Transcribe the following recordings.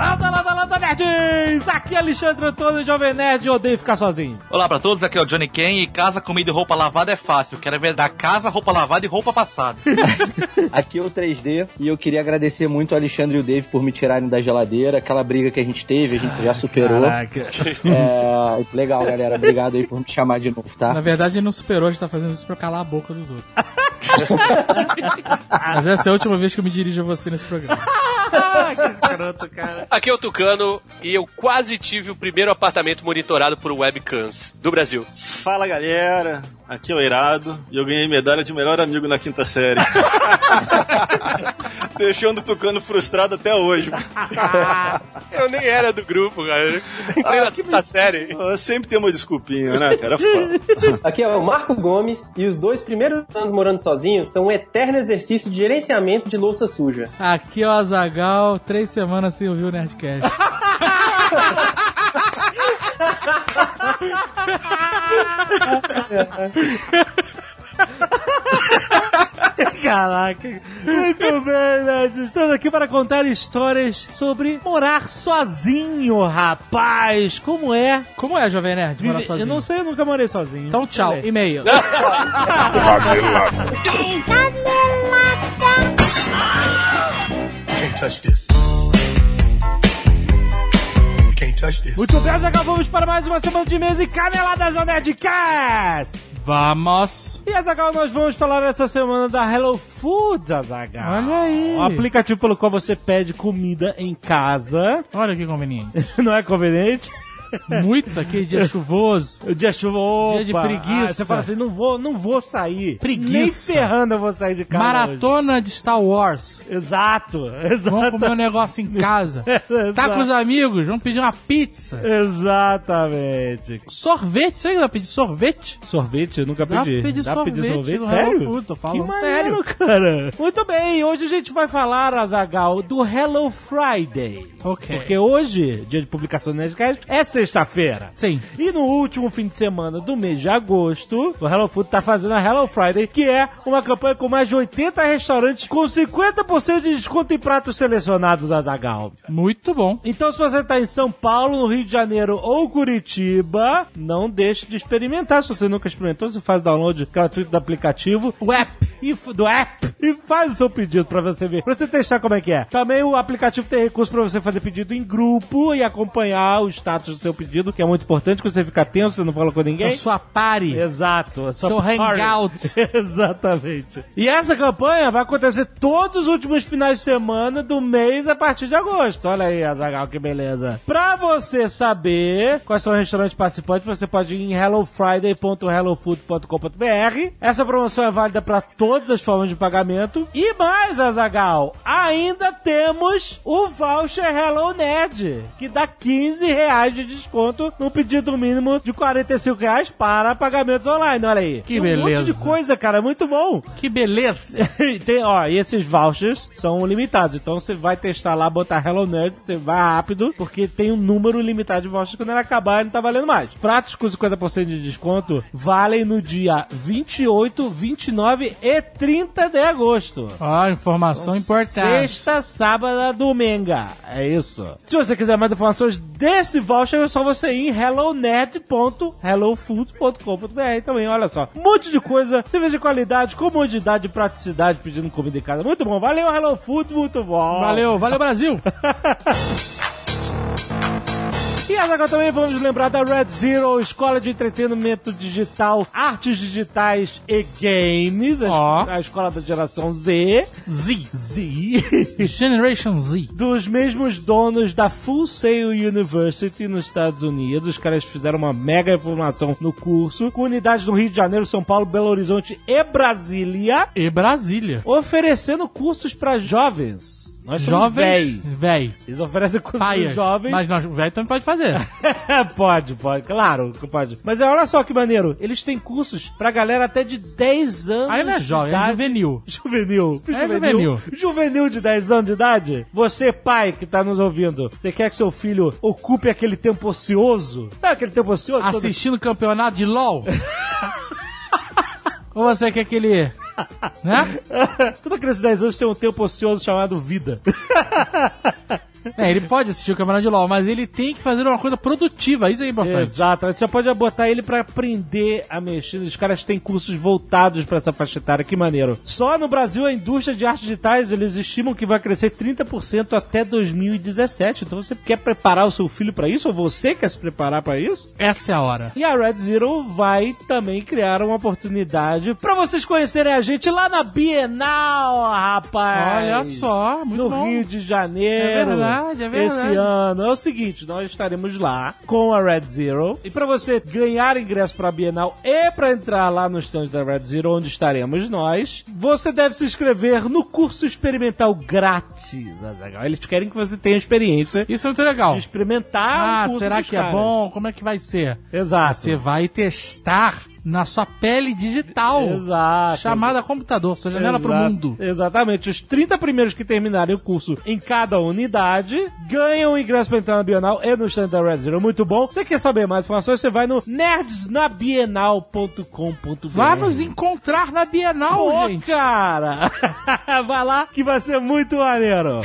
Landa, landa, landa, nerds! Aqui é Alexandre Antônio, Jovem Nerd, eu odeio ficar sozinho. Olá pra todos, aqui é o Johnny Ken e casa, comida e roupa lavada é fácil. Quero ver da casa, roupa lavada e roupa passada. Aqui é o 3D e eu queria agradecer muito ao Alexandre e o Dave por me tirarem da geladeira. Aquela briga que a gente teve, a gente já superou. É, legal, galera. Obrigado aí por me chamar de novo, Na tá? verdade, ele não superou, a gente tá fazendo isso pra calar a boca dos outros. Mas essa é a última vez que eu me dirijo a você nesse programa. Aqui é o Tucano e eu quase tive o primeiro apartamento monitorado por webcams do Brasil. Fala galera, aqui é o Irado e eu ganhei medalha de melhor amigo na quinta série. Deixando o Tucano frustrado até hoje. Eu nem era do grupo, cara. Eu Entrei na quinta série. Ah, Sempre tem uma desculpinha, né, cara? Fala. Aqui é o Marco Gomes e os dois primeiros anos morando sozinho são um eterno exercício de gerenciamento de louça suja. Aqui é o Azagal, três semanas sem ouvir o Nerdcast. Caraca. Muito bem, nerds. Estamos aqui para contar histórias sobre morar sozinho, rapaz. Como é? Como é, Jovem Nerd, viver- morar Eu sozinho? não sei, eu nunca morei sozinho. Então, tchau, e-mail. Canelada. Muito bem, Azaghal, vamos para mais uma semana de mesa e caneladas ao Nerdcast. Vamos. E Azagal, nós vamos falar essa semana da Hello Foods, Azagal. Olha aí. O aplicativo pelo qual você pede comida em casa. Olha que conveniente. Não é conveniente? Muito aquele dia chuvoso. O dia chuva, opa. Dia de preguiça. Ah, você fala assim, não vou, não vou sair. Preguiça. Nem ferrando eu vou sair de casa hoje. Maratona de Star Wars. Exato, Vamos comer exato. um negócio em casa. É Tá com os amigos, vamos pedir uma pizza. Exatamente. Sorvete, você já pediu sorvete? Sorvete? Eu nunca Dá pra pedi. pedir pra sorvete, no Sério? Hello Food, tô falando que sério. maneiro, cara. Muito bem, hoje a gente vai falar, Azagal, do Hello Friday. Ok. Porque hoje, dia de publicação do Nerdcast, é sexta-feira. Sim. E no último fim de semana do mês de agosto, o Hello Food tá fazendo a Hello Friday, que é uma campanha com mais de 80 restaurantes com 50% de desconto em pratos selecionados, Azagal. Muito bom. Então, se você tá em São Paulo, no Rio de Janeiro ou Curitiba, não deixe de experimentar. Se você nunca experimentou, você faz download gratuito do aplicativo O app. e f- do app e faz o seu pedido pra você ver, pra você testar como é que é. Também o aplicativo tem recurso pra você fazer pedido em grupo e acompanhar o status do seu pedido, que é muito importante, que você fica tenso, você não fala com A ninguém. sua party. Exato. a sua Seu party. hangout. Exatamente. E essa campanha vai acontecer todos os últimos finais de semana do mês a partir de agosto. Olha aí, Azagal, que beleza. Pra você saber quais são os restaurantes participantes, você pode ir em hellofriday.hellofood.com.br. Essa promoção é válida para todas as formas de pagamento. E mais, Azagal, ainda temos o voucher Hello Nerd, que dá 15 reais de desconto no pedido mínimo de 45 reais para pagamentos online. Olha aí. Que Tem Um monte de beleza. coisa, cara, muito bom. Que beleza. E tem, ó, e esses vouchers são limitados. Então você vai testar lá, botar Hello Nerd, você vai rápido, porque tem um número limitado de vouchers. Quando ele acabar, ele não tá valendo mais. Pratos com 50% de desconto valem no dia 28, 29 e 30 de agosto. Ó, informação Então, importante. Sexta, sábado, domingo. É isso. Se você quiser mais informações desse voucher, é só você ir em hellonet.hellofood.com.br também. Olha só. Um monte de coisa. Cerveja de qualidade, comodidade, praticidade, pedindo comida em casa. Muito bom. Valeu, Hello Food. Muito bom. Valeu, valeu Brasil. E agora também vamos lembrar da Red Zero, Escola de Entretenimento Digital, Artes Digitais e Games. a- Ó. A escola da geração Z. Z. Z. Generation Z. dos mesmos donos da Full Sail University nos Estados Unidos. Os caras fizeram uma mega informação no curso, com unidades no Rio de Janeiro, São Paulo, Belo Horizonte e Brasília, E Brasília. oferecendo cursos para jovens. Nós somos Jovens, véis. velho, Eles oferecem coisas pros paias. jovens. Mas nós, o velho também pode fazer. pode, pode, claro que pode. Mas é, olha só que maneiro, eles têm cursos pra galera até de 10 anos Aí não é de jovem, é idade. juvenil. Juvenil. É juvenil. Juvenil de 10 anos de idade? Você, pai, que tá nos ouvindo, você quer que seu filho ocupe aquele tempo ocioso? Sabe aquele tempo ocioso? quando- Assistindo o campeonato de LOL. Ou você quer que ele... Né? Toda criança de 10 anos tem um tempo ocioso chamado vida. É, ele pode assistir o campeonato de LOL, mas ele tem que fazer uma coisa produtiva. Isso é importante. Exato. Você pode botar ele pra aprender a mexer. Os caras têm cursos voltados pra essa faixa etária. Que maneiro. Só no Brasil, a indústria de artes digitais, eles estimam que vai crescer 30% até 2017. Então você quer preparar o seu filho pra isso? Ou você quer se preparar pra isso? Essa é a hora. E a Red Zero vai também criar uma oportunidade pra vocês conhecerem a gente lá na Bienal, rapaz. Olha só, é muito no bom. Rio de Janeiro. É verdade, é verdade. Esse ano. É o seguinte, nós estaremos lá com a Red Zero. E pra você ganhar ingresso pra Bienal e pra entrar lá no stand da Red Zero, onde estaremos nós, você deve se inscrever no curso experimental grátis, Azaghal. Eles querem que você tenha experiência Isso é muito legal. de experimentar o Ah, um curso será dos que é caras. bom? Como é que vai ser? Exato. Você vai testar na sua pele digital. Exato. Chamada computador, sua janela pro Exato. mundo. Exatamente. Os 30 primeiros que terminarem o curso em cada unidade ganham o ingresso pra entrar na Bienal e no stand da Red Zero. Muito bom. Você quer saber mais informações? Você vai no nerdsnabienal.com.br. Vá nos encontrar na Bienal, Pô, gente. cara! vai lá que vai ser muito maneiro.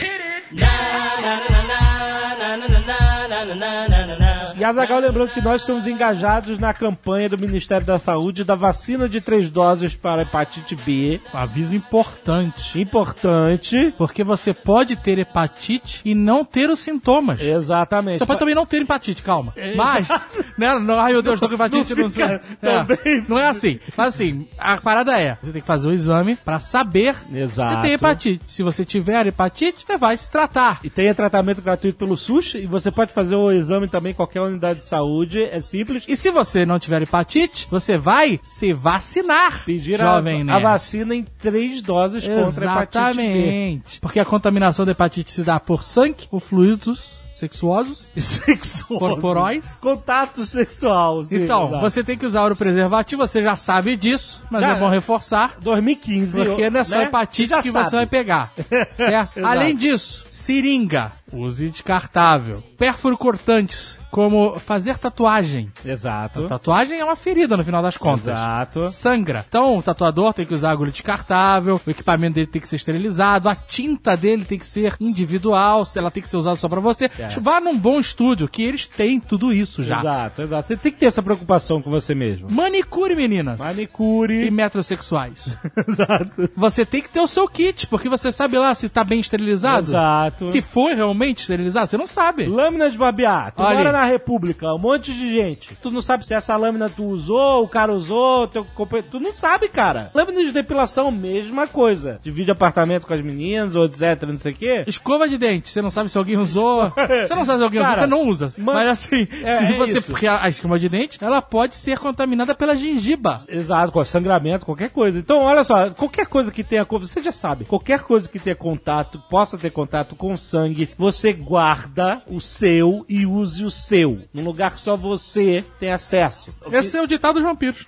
E Azagal, lembrando que nós estamos engajados na campanha do Ministério da Saúde da vacina de três doses para hepatite B. Um aviso importante. Importante. Porque você pode ter hepatite e não ter os sintomas. É, Exatamente. Você pode também não ter hepatite, calma. É, Mas, né, não, ai meu Deus, tô com hepatite, não, fica- sei. É, também- não é assim. Mas assim, a parada é, você tem que fazer o exame pra saber Exato. se tem hepatite. Se você tiver hepatite, você vai se tratar. E tem tratamento gratuito pelo SUS e você pode fazer o exame também em qualquer unidade de saúde, é simples. E se você não tiver hepatite, você vai se vacinar. Pedir a, jovem, né? a vacina em três doses contra a hepatite B. Exatamente. Porque a contaminação da hepatite se dá por sangue ou fluidos sexuosos. Sexual. Corporais? Contato sexual. sim, Então, exato. você tem que usar o preservativo, você já sabe disso, mas Já- é bom reforçar. 2015. Porque não é só né? hepatite Já que sabe. você vai pegar. Certo? Exato. Além disso, seringa, use descartável. Pérfuro cortantes, como fazer tatuagem. Exato. Tatuagem é uma ferida no final das contas. Exato. Sangra. Então o tatuador tem que usar agulha descartável, o equipamento dele tem que ser esterilizado, a tinta dele tem que ser individual, ela tem que ser usada só pra você. Vá num bom estúdio, que eles têm tudo isso já. É. Exato, exato. Você tem que ter essa preocupação com você mesmo. Manicure, meninas. e Manicure. metrosexuais. Exato. Você tem que ter o seu kit, porque você sabe lá se tá bem esterilizado. Exato. Se foi realmente esterilizado, você não sabe. Lâmina de babear. Tu Olha mora aí. na República, um monte de gente. Tu não sabe se essa lâmina tu usou, o cara usou, teu companheiro. Tu não sabe, cara. Lâmina de depilação, mesma coisa. Divide apartamento com as meninas, ou etc, não sei o quê. Escova de dente, você não sabe se alguém usou. Você não sabe se alguém usou, Cara, você não usa. man- Mas assim, É, se é você. isso. Porque a a escova de dente, ela pode ser contaminada pela gengiba. Exato, com sangramento, qualquer coisa. Então, olha só, qualquer coisa que tenha, co- você já sabe, qualquer coisa que tenha contato, possa ter contato com sangue, você guarda o seu e use o seu. Num lugar que só você tem acesso. Esse é o ditado dos vampiros.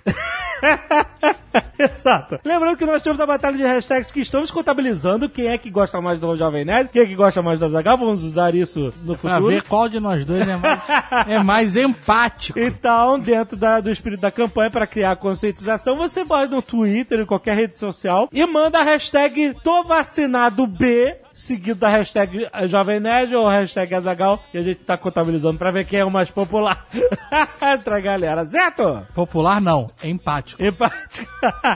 Exato. Lembrando que nós temos a batalha de hashtags que estamos contabilizando quem é que gosta mais do Jovem Nerd, quem é que gosta mais do Zagal. Vamos usar isso no É pra futuro. ver qual de nós dois é mais, é mais empático. Então, dentro da- do espírito da campanha, para criar a conscientização, você vai no Twitter, em qualquer rede social, e manda a hashtag tô vacinado B, seguido da hashtag Jovem Nerd ou hashtag Azagal, e a gente tá contabilizando pra ver quem é o mais popular entre a galera, certo? Popular não, é empático. Empate.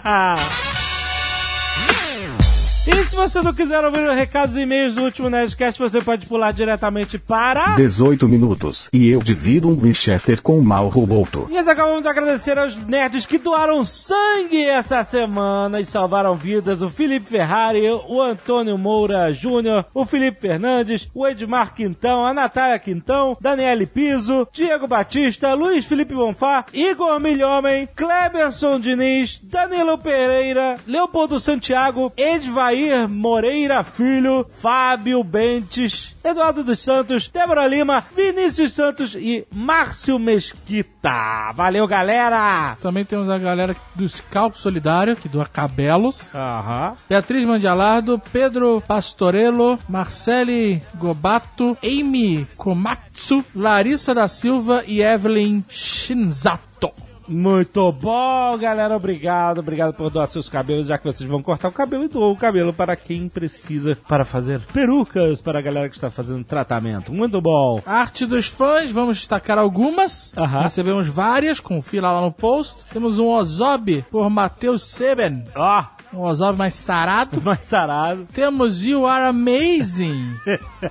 E se você não quiser ouvir os recados e e-mails do último Nerdcast, você pode pular diretamente para... 18 minutos e eu divido um Winchester com um mau roboto. E nós acabamos de um, agradecer aos nerds que doaram sangue essa semana e salvaram vidas. O Felipe Ferrari, o Antônio Moura Júnior, o Felipe Fernandes, o Edmar Quintão, a Natália Quintão, Daniele Piso, Diego Batista, Luiz Felipe Bonfá, Igor Milhomem, Kleberson Diniz, Danilo Pereira, Leopoldo Santiago, Edvair Altair Moreira Filho, Fábio Bentes, Eduardo dos Santos, Débora Lima, Vinícius Santos e Márcio Mesquita. Valeu, galera! Também temos a galera do Scalp Solidário, que doa cabelos. Aham. Beatriz Mandialardo, Pedro Pastorello, Marcele Gobato, Amy Komatsu, Larissa da Silva e Evelyn Shinzato. Muito bom, galera. Obrigado, obrigado por doar seus cabelos, já que vocês vão cortar o cabelo e doou o cabelo para quem precisa para fazer perucas para a galera que está fazendo tratamento. Muito bom. Arte dos fãs, vamos destacar algumas. Aham. Recebemos várias, confira lá no post. Temos um Ozob por Matheus Seben, Ó, um Ozob mais sarado. mais sarado. Temos You Are Amazing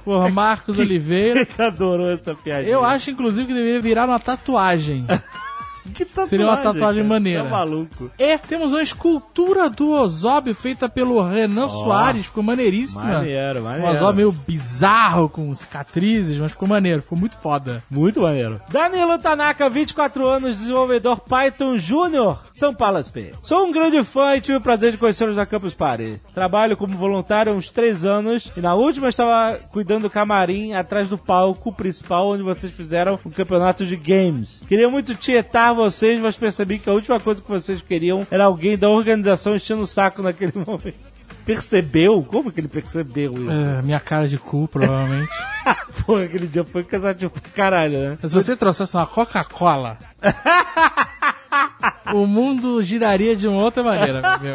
por Marcos Oliveira. Adorou essa piadinha. Eu acho, inclusive, que deveria virar uma tatuagem. que tá tatuagem, seria uma tatuagem cara? maneira. Tá maluco. É, temos uma escultura do Ozob feita pelo Renan Soares, ficou maneiríssima. Maneiro, Um maneiro. Ozob meio bizarro, com cicatrizes, mas ficou maneiro, ficou muito foda. Muito maneiro. Danilo Tanaka, 24 anos, desenvolvedor Python Júnior, São Paulo SP. Sou um grande fã e tive o prazer de conhecê-los na Campus Party. Trabalho como voluntário há uns 3 anos e na última eu estava cuidando do camarim atrás do palco principal onde vocês fizeram o campeonato de games. Queria muito tietar vocês, mas percebi que a última coisa que vocês queriam era alguém da organização enchendo o saco naquele momento. Percebeu? Como que ele percebeu isso? É, minha cara de cu, provavelmente. Porra, aquele dia foi cansativo pra caralho, né? Mas se você trouxesse uma Coca-Cola, o mundo giraria de uma outra maneira, meu.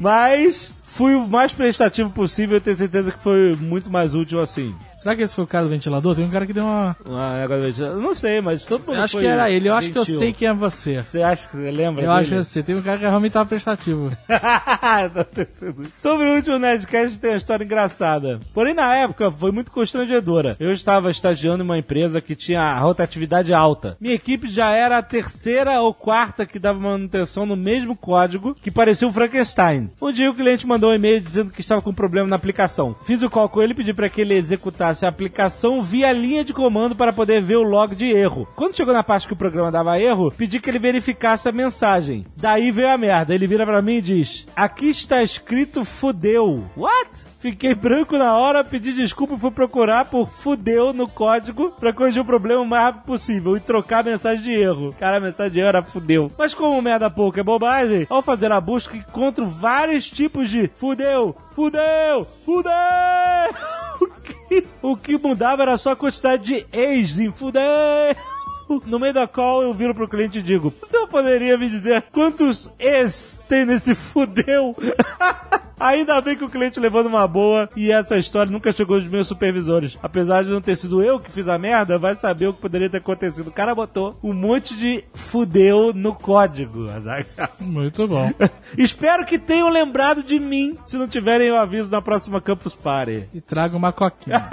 Mas fui o mais prestativo possível e tenho certeza que foi muito mais útil assim. Será que esse foi o caso do ventilador? Tem um cara que deu uma. Ah, agora eu já- eu não sei, mas todo mundo Eu acho foi que era ele, eu acho que eu gentil. sei quem é você. Você acha que você lembra Eu acho que dele? eu sei. Teve um cara que realmente tava prestativo. Tá acontecendo. Sobre o último Nerdcast tem uma história engraçada. Porém, na época, foi muito constrangedora. Eu estava estagiando em uma empresa que tinha a rotatividade alta. Minha equipe já era a terceira ou quarta que dava manutenção no mesmo código que parecia um Frankenstein. Um dia o cliente mandou um e-mail dizendo que estava com problema na aplicação. Fiz o call com ele e pedi para que ele executasse a aplicação via linha de comando para poder ver o log de erro. Quando chegou na parte que o programa dava erro, pedi que ele verificasse a mensagem. Daí veio a merda. Ele vira pra mim e diz: Aqui está escrito fudeu. What? Fiquei branco na hora, pedi desculpa e fui procurar por fudeu no código pra corrigir o problema o mais rápido possível e trocar a mensagem de erro. Cara, a mensagem de erro era fudeu. Mas como merda pouca é bobagem, ao fazer a busca encontro vários tipos de fudeu, fudeu, fudeu. O que mudava era só a quantidade de ex em fudeu. No meio da call eu viro pro cliente e digo: Você poderia me dizer quantos ex tem nesse fudeu? Ainda bem que o cliente levando uma boa e essa história nunca chegou aos meus supervisores. Apesar de não ter sido eu que fiz a merda, vai saber o que poderia ter acontecido. O cara botou um monte de fudeu no código. Azaghal. Muito bom. Espero que tenham lembrado de mim se não tiverem o aviso na próxima Campus Party. e traga uma coquinha.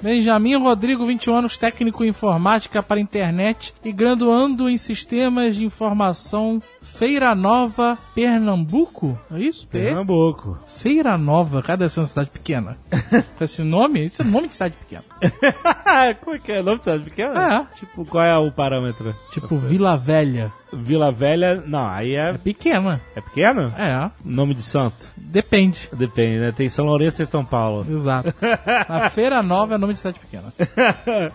Benjamin Rodrigo, 21 anos, técnico em informática para internet e graduando em sistemas de informação Feira Nova, Pernambuco? É isso? Pe- Pernambuco. Feira Nova, cadê essa cidade pequena? Com esse nome? Isso é nome de cidade pequena. Como é que é? Nome de cidade pequena? É. Tipo, qual é o parâmetro? Tipo, Tipo Vila Velha. Vila Velha, não, aí É é, pequena. é pequeno? É, Nome de santo? depende. Depende, né? Tem São Lourenço e São Paulo. Exato. A Feira Nova é nome de cidade pequena.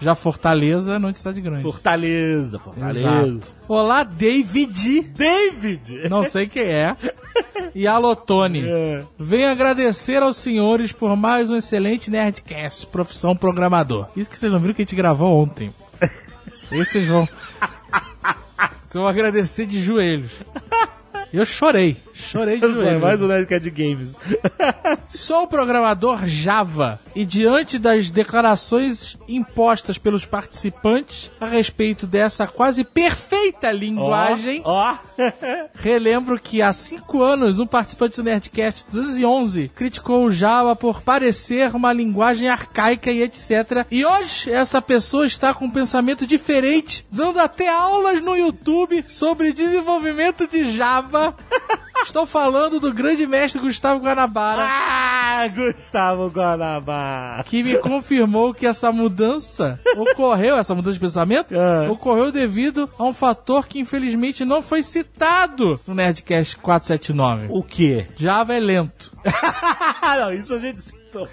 Já Fortaleza é nome de cidade grande. Fortaleza, Fortaleza. Exato. Olá, David! David! Não sei quem é. E alô, Tony. É. Venho agradecer aos senhores por mais um excelente Nerdcast, profissão programador. Isso que vocês não viram que a gente gravou ontem. Esse vocês vão. Vocês vão agradecer de joelhos. Eu chorei. Chorei de Foi joelhos. mais um Nerdcast de Games. Sou programador Java e diante das declarações impostas pelos participantes a respeito dessa quase perfeita linguagem, Ó, Relembro que há cinco anos um participante do Nerdcast 211 criticou o Java por parecer uma linguagem arcaica e etc. E hoje essa pessoa está com um pensamento diferente, dando até aulas no YouTube sobre desenvolvimento de Java. Estou falando do grande mestre Gustavo Guanabara. Ah, Gustavo Guanabara. que me confirmou que essa mudança ocorreu, essa mudança de pensamento, Ah. ocorreu devido a um fator que infelizmente não foi citado no Nerdcast 479. O quê? Java é lento. Ah, não, isso a gente citou.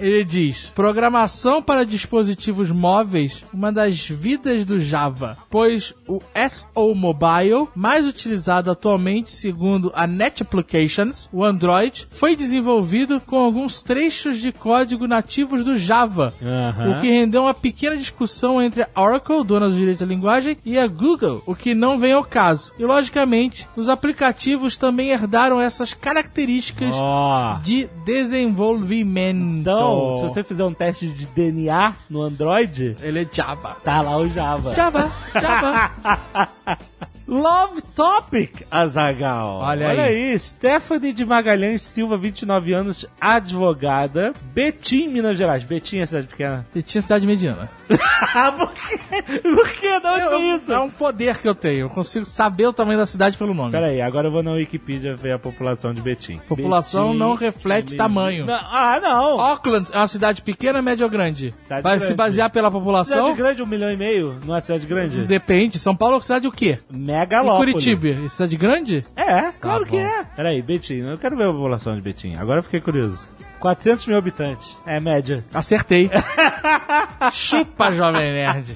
Ele diz: programação para dispositivos móveis, uma das vidas do Java, pois o SO Mobile, mais utilizado atualmente segundo a NetApplications, o Android, foi desenvolvido com alguns trechos de código nativos do Java, Aham. o que rendeu uma pequena discussão entre a Oracle, dona do direito à linguagem, e a Google, o que não vem ao caso. E logicamente, os aplicativos também herdaram essas características Ó. de desenvolvimento. Então, se você fizer um teste de DNA no Android, Ele é Java. tá lá o Java. Java, Java. Love Topic, Azagal. Olha aí. Stephanie de Magalhães Silva, 29 anos, advogada. Betim, Minas Gerais. Betim é cidade pequena. Você tinha cidade mediana. Ah, por quê? Por quê? Não Eu- é isso? É um poder que eu tenho. Eu consigo saber o tamanho da cidade pelo nome. Pera aí, agora eu vou na Wikipedia ver a população de Betim. População Betim- não reflete tamanho. Não, ah, não. Auckland é uma cidade pequena, média ou grande? Cidade Vai grande. se basear pela Cidade população? grande, um milhão e meio? Não é cidade grande? Depende. São Paulo é cidade o quê? E Megalópolis. Curitiba, é cidade grande? É, claro bom. que é. Peraí, Betim, eu quero ver a população de Betim. Agora eu fiquei curioso. 400 mil habitantes. É média. Acertei. Chupa, jovem nerd.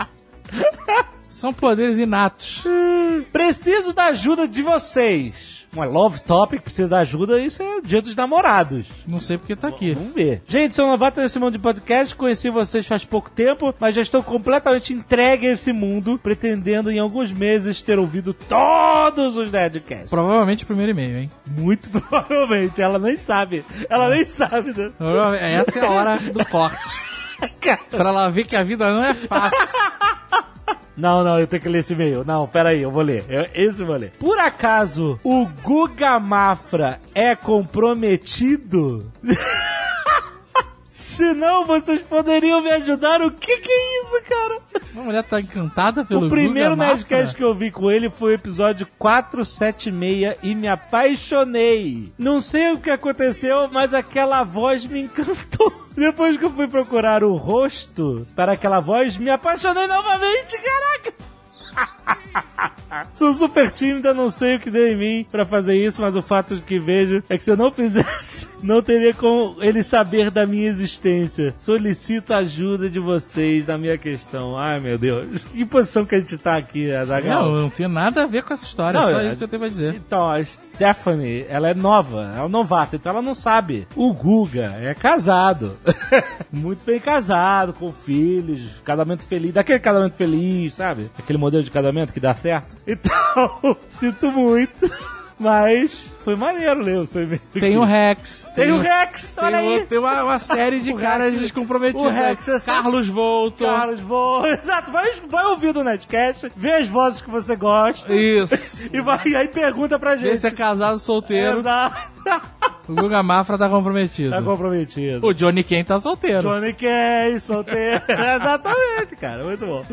São poderes inatos. Preciso da ajuda de vocês. Uma love topic precisa da ajuda, isso é dia dos namorados. Não sei porque tá aqui. Vamos ver. Gente, sou um novato nesse mundo de podcast, conheci vocês faz pouco tempo, mas já estou completamente entregue a esse mundo, pretendendo em alguns meses ter ouvido todos os Nerdcasts. Provavelmente o primeiro e-mail, hein? Muito provavelmente, ela nem sabe. Ela nem sabe, né? Provavelmente- Essa é a hora do corte. Pra ela ver que a vida não é fácil. Não, não, eu tenho que ler esse e-mail. Não, peraí, eu vou ler. Eu- esse eu vou ler. Por acaso, o Guga Mafra é comprometido? Se não, vocês poderiam me ajudar? O que que é isso, cara? A mulher tá encantada pelo o primeiro Guga Nerdcast Mafra. que eu vi com ele foi o episódio 476 e me apaixonei. Não sei o que aconteceu, mas aquela voz me encantou. Depois que eu fui procurar o rosto para aquela voz, me apaixonei novamente, caraca! Sou super tímida, não sei o que deu em mim pra fazer isso, mas o fato de que vejo é que se eu não fizesse, não teria como ele saber da minha existência. Solicito a ajuda de vocês na minha questão. Ai, meu Deus. Que posição que a gente tá aqui, Azaghal? Não, não tem nada a ver com essa história. Não, é só é- isso que eu tenho pra dizer. Então, a Stephanie, ela é nova, é um novato, então ela não sabe. O Guga é casado. Muito bem casado, com filhos, casamento feliz, daquele casamento feliz, sabe? Aquele modelo de casamento que dá certo. Então, sinto muito, mas foi maneiro ler o seu e-mail. Tem o Rex. Tem o Rex, tem olha o- aí. Tem uma, uma série de O caras Rex- é- descomprometidos. o Rex é só- Carlos Volto. Carlos, vou. Exato, vai, vai ouvir do Netcast, vê as vozes que você gosta Isso. e vai e aí pergunta pra gente. Esse é casado solteiro. Exato. O Guga Mafra tá comprometido. Tá comprometido. O Johnny Ken tá solteiro. Johnny Cash, solteiro. Exatamente, cara. Muito bom.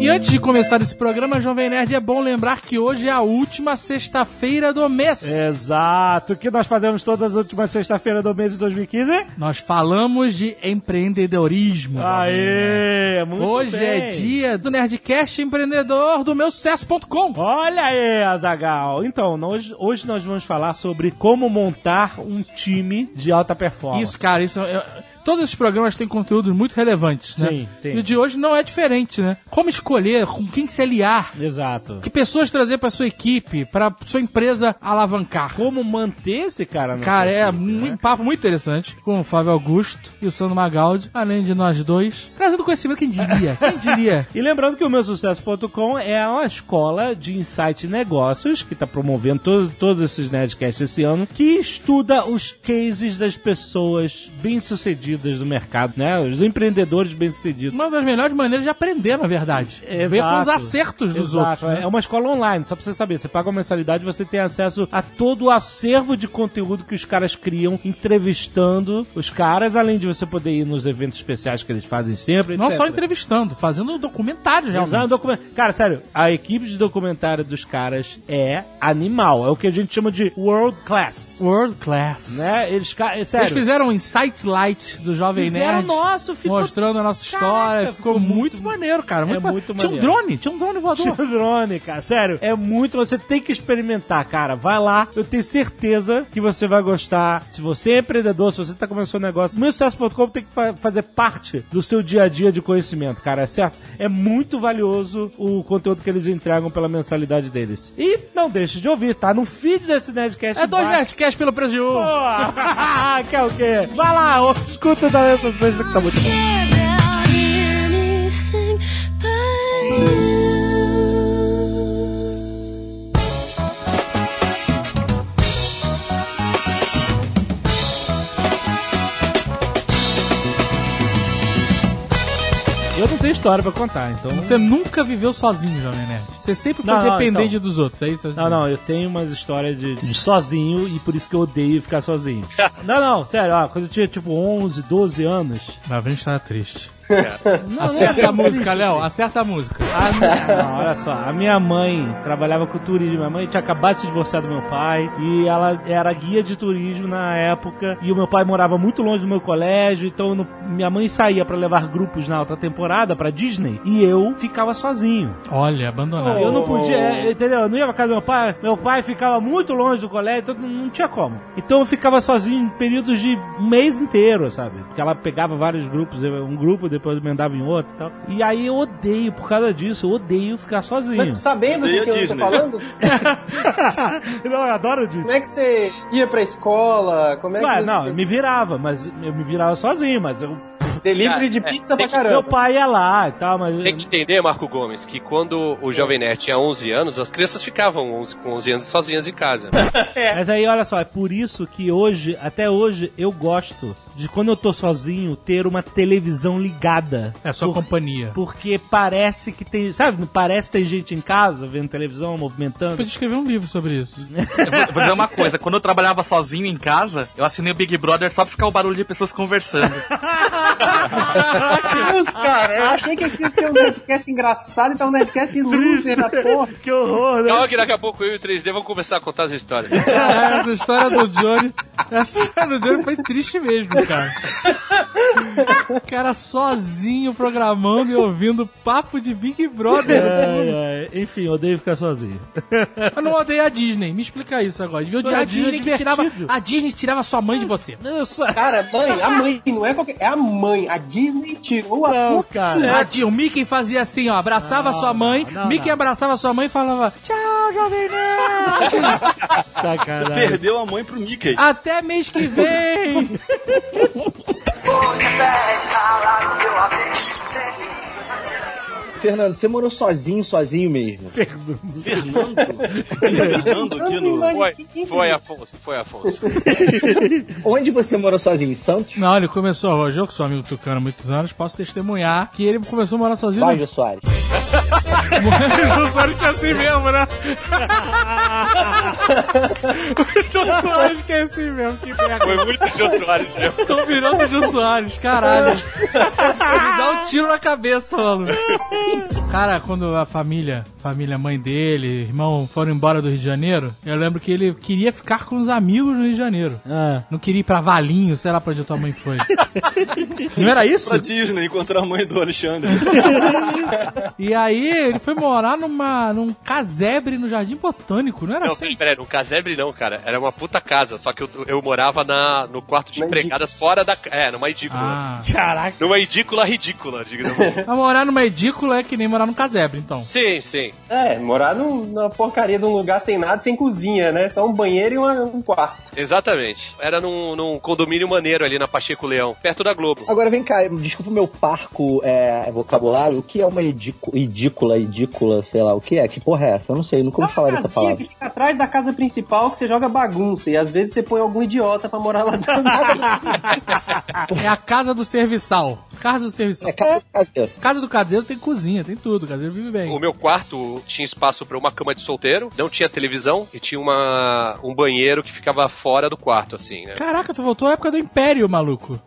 E antes de começar esse programa, Jovem Nerd, é bom lembrar que hoje é a última sexta-feira do mês. É. Exato. O que nós fazemos todas as últimas sexta-feiras do mês de 2015? Nós falamos de empreendedorismo. Jovem Nerd. Aê, muito Hoje é bem. dia do Nerdcast empreendedor do meu sucesso.com. Olha aí, Azagal. Então, nós- hoje nós vamos falar sobre como montar um time de alta performance. Isso, cara, isso é- é- Todos esses programas têm conteúdos muito relevantes, né? Sim, sim. E o de hoje não é diferente, né? Como escolher, com quem se aliar, Exato. que pessoas trazer pra sua equipe, pra sua empresa alavancar. Como manter esse cara na Cara, sua é equipe, um né? papo muito interessante com o Flávio Augusto e o Sandro Magaldi, além de nós dois. Trazendo conhecimento, quem diria? Quem diria? E lembrando que o meu sucesso.com é uma escola de insight e negócios que está promovendo to- todos esses nerdcasts esse ano, que estuda os cases das pessoas bem-sucedidas bem-sucedidas do mercado, né? Os empreendedores bem-sucedidos. Uma das melhores maneiras de aprender, na verdade. Exato. Ver com os acertos dos Exato, outros. né? É uma escola online, só pra você saber. Você paga uma mensalidade, você tem acesso a todo o acervo de conteúdo que os caras criam, entrevistando os caras, além de você poder ir nos eventos especiais que eles fazem sempre. Não etc. só entrevistando, fazendo documentários realmente. Realizar um document- Cara, sério, a equipe de documentário dos caras é animal. É o que a gente chama de world class. World class. Né? Eles, ca- é sério, Eles fizeram um Insight Light do Jovem Fizeram Nerd. nosso, ficou- Mostrando a nossa Caraca, história. ficou, ficou muito, muito- maneiro, cara. Muito, é ma- muito Tinha um maneiro. drone, tinha um drone voador. Tio drone, cara. Tipo Sério, é muito. Você tem que experimentar, cara. Vai lá. Eu tenho certeza que você vai gostar. Se você é empreendedor, se você tá começando um negócio, meu sucesso.com tem que fa- fazer parte do seu dia a dia de conhecimento, cara. É certo? É muito valioso o conteúdo que eles entregam pela mensalidade deles. E não deixe de ouvir, tá? No feed desse Nerdcast. É dois embaixo. Nerdcasts pelo preço de um. Pô, Quer o quê? Vai lá, ô, escuta da Nessa Sexta que tá muito bom. care about anything but you. Eu não tenho história pra contar, então. Você nunca viveu sozinho, Jovem Nerd. Você sempre foi Não, não, dependente então. dos outros, é isso? Não, não, eu tenho umas histórias de, de sozinho e por isso que eu odeio ficar sozinho. não, não, sério, ó, quando eu tinha tipo 11, 12 anos. Lá vem estar tá triste. Não, Acerta a música, Léo. Acerta a música. A minha, não, olha só, a minha mãe trabalhava com turismo. Minha mãe tinha acabado de se divorciar do meu pai e ela era guia de turismo na época. E o meu pai morava muito longe do meu colégio, então eu não- minha mãe saía pra levar grupos na alta temporada pra Disney e eu ficava sozinho. Olha, abandonado. Eu não podia, Oh. é, entendeu? Eu não ia pra casa do meu pai. Meu pai ficava muito longe do colégio, então não tinha como. Então eu ficava sozinho em períodos de um mês inteiro, sabe? Porque ela pegava vários grupos, um grupo, depois emendava em outro e tal. E aí eu odeio, por causa disso, eu odeio ficar sozinho. Mas sabendo Veio do a que eu tô né? Disney. falando, não, eu adoro disso. como é que você ia pra escola? Como é que Ué, você... Ah, não, eu me virava, mas eu me virava sozinho, mas eu, Delivery de Cara, é, pizza tem pra que- caramba. meu pai ia lá e tal, mas... Tem que entender, Marco Gomes, que quando o Jovem Nerd tinha 11 anos, as crianças ficavam 11 com 11 anos sozinhas em casa. Mas aí, olha só, é por isso que hoje, até hoje, eu gosto de quando eu tô sozinho ter uma televisão ligada. É só Por- companhia. Porque parece que tem. Sabe, parece que tem gente em casa vendo televisão, movimentando. Podia escrever um livro sobre isso. Eu vou, eu vou dizer uma coisa, quando eu trabalhava sozinho em casa, eu assinei o Big Brother só pra ficar o barulho de pessoas conversando. é Eu achei que esse ia ser um Nerdcast engraçado, então um Nerdcast loser da porra. Que horror, Calma Então, que daqui a pouco eu e o 3D vão começar a contar as histórias. Cara, essa história do Johnny. Essa história do Johnny foi triste mesmo, cara. O cara sozinho programando e ouvindo papo de Big Brother. Ai, ai. É, Enfim, eu odeio ficar sozinho. Eu não odeio a Disney. Me explica isso agora. Devia odiar Ué, a Disney é. Disney é que tirava. divertido. A Disney tirava sua mãe de você. Eu sou. Cara, mãe, a mãe, não é qualquer. É a mãe. A Disney tirou a Não, porra. cara. A Di- o Mickey fazia assim, ó, abraçava sua mãe, não, Mickey não. abraçava sua mãe e falava, tchau, jovem nerd, Sacanagem. Perdeu a mãe pro Mickey. até mês que vem. Fernando, você morou sozinho, sozinho mesmo. Fernando. Fernando aqui no. Foi, foi, Afonso, foi, Afonso. Onde você morou sozinho? Em Santos? Não, ele começou a rojar com seu amigo Tucano há muitos anos, posso testemunhar que ele começou a morar sozinho. Vai, Jô Soares. Jô Soares que é assim mesmo, né? o Jô Soares que é assim mesmo, que pega. Foi muito Jô Soares mesmo. Tô virando o Jô Soares, caralho. Ele dá um tiro na cabeça, mano. Cara, quando a família, família mãe dele, irmão, foram embora do Rio de Janeiro, eu lembro que ele queria ficar com os amigos no Rio de Janeiro. Ah. Não queria ir pra Valinho, sei lá pra onde a tua mãe foi. Não era isso? Pra Disney encontrar a mãe do Alexandre. E aí ele foi morar numa, num casebre no Jardim Botânico, não era Não, assim? peraí, peraí, não casebre não, cara. Era uma puta casa, só que eu, eu morava na, no quarto de empregadas fora da... ca- É, numa edícula. Ah, Caraca. Numa edícula ridícula, digamos assim. mas morar numa edícula é que nem morar num casebre, então. Sim, sim. É, morar num- numa porcaria de um lugar sem nada, sem cozinha, né? Só um banheiro e uma- um quarto. Exatamente. Era num, num condomínio maneiro ali na Pacheco Leão, perto da Globo. Agora vem cá, desculpa o meu parco é, vocabulário. O que é uma edícula? Edícula, ridícula, sei lá o que é. Que porra é essa? Eu não sei, nunca ouvi falar dessa casinha palavra. que é assim, fica atrás da casa principal que você joga bagunça e às vezes você põe algum idiota pra morar lá dentro. É a casa do serviçal. Casa do serviçal. É casa de caseiro. Casa do caseiro tem cozinha, tem tudo. O caseiro vive bem. O meu quarto tinha espaço pra uma cama de solteiro, não tinha televisão e tinha uma, um banheiro que ficava fora do quarto, assim, né? Caraca, tu voltou à época do Império, maluco.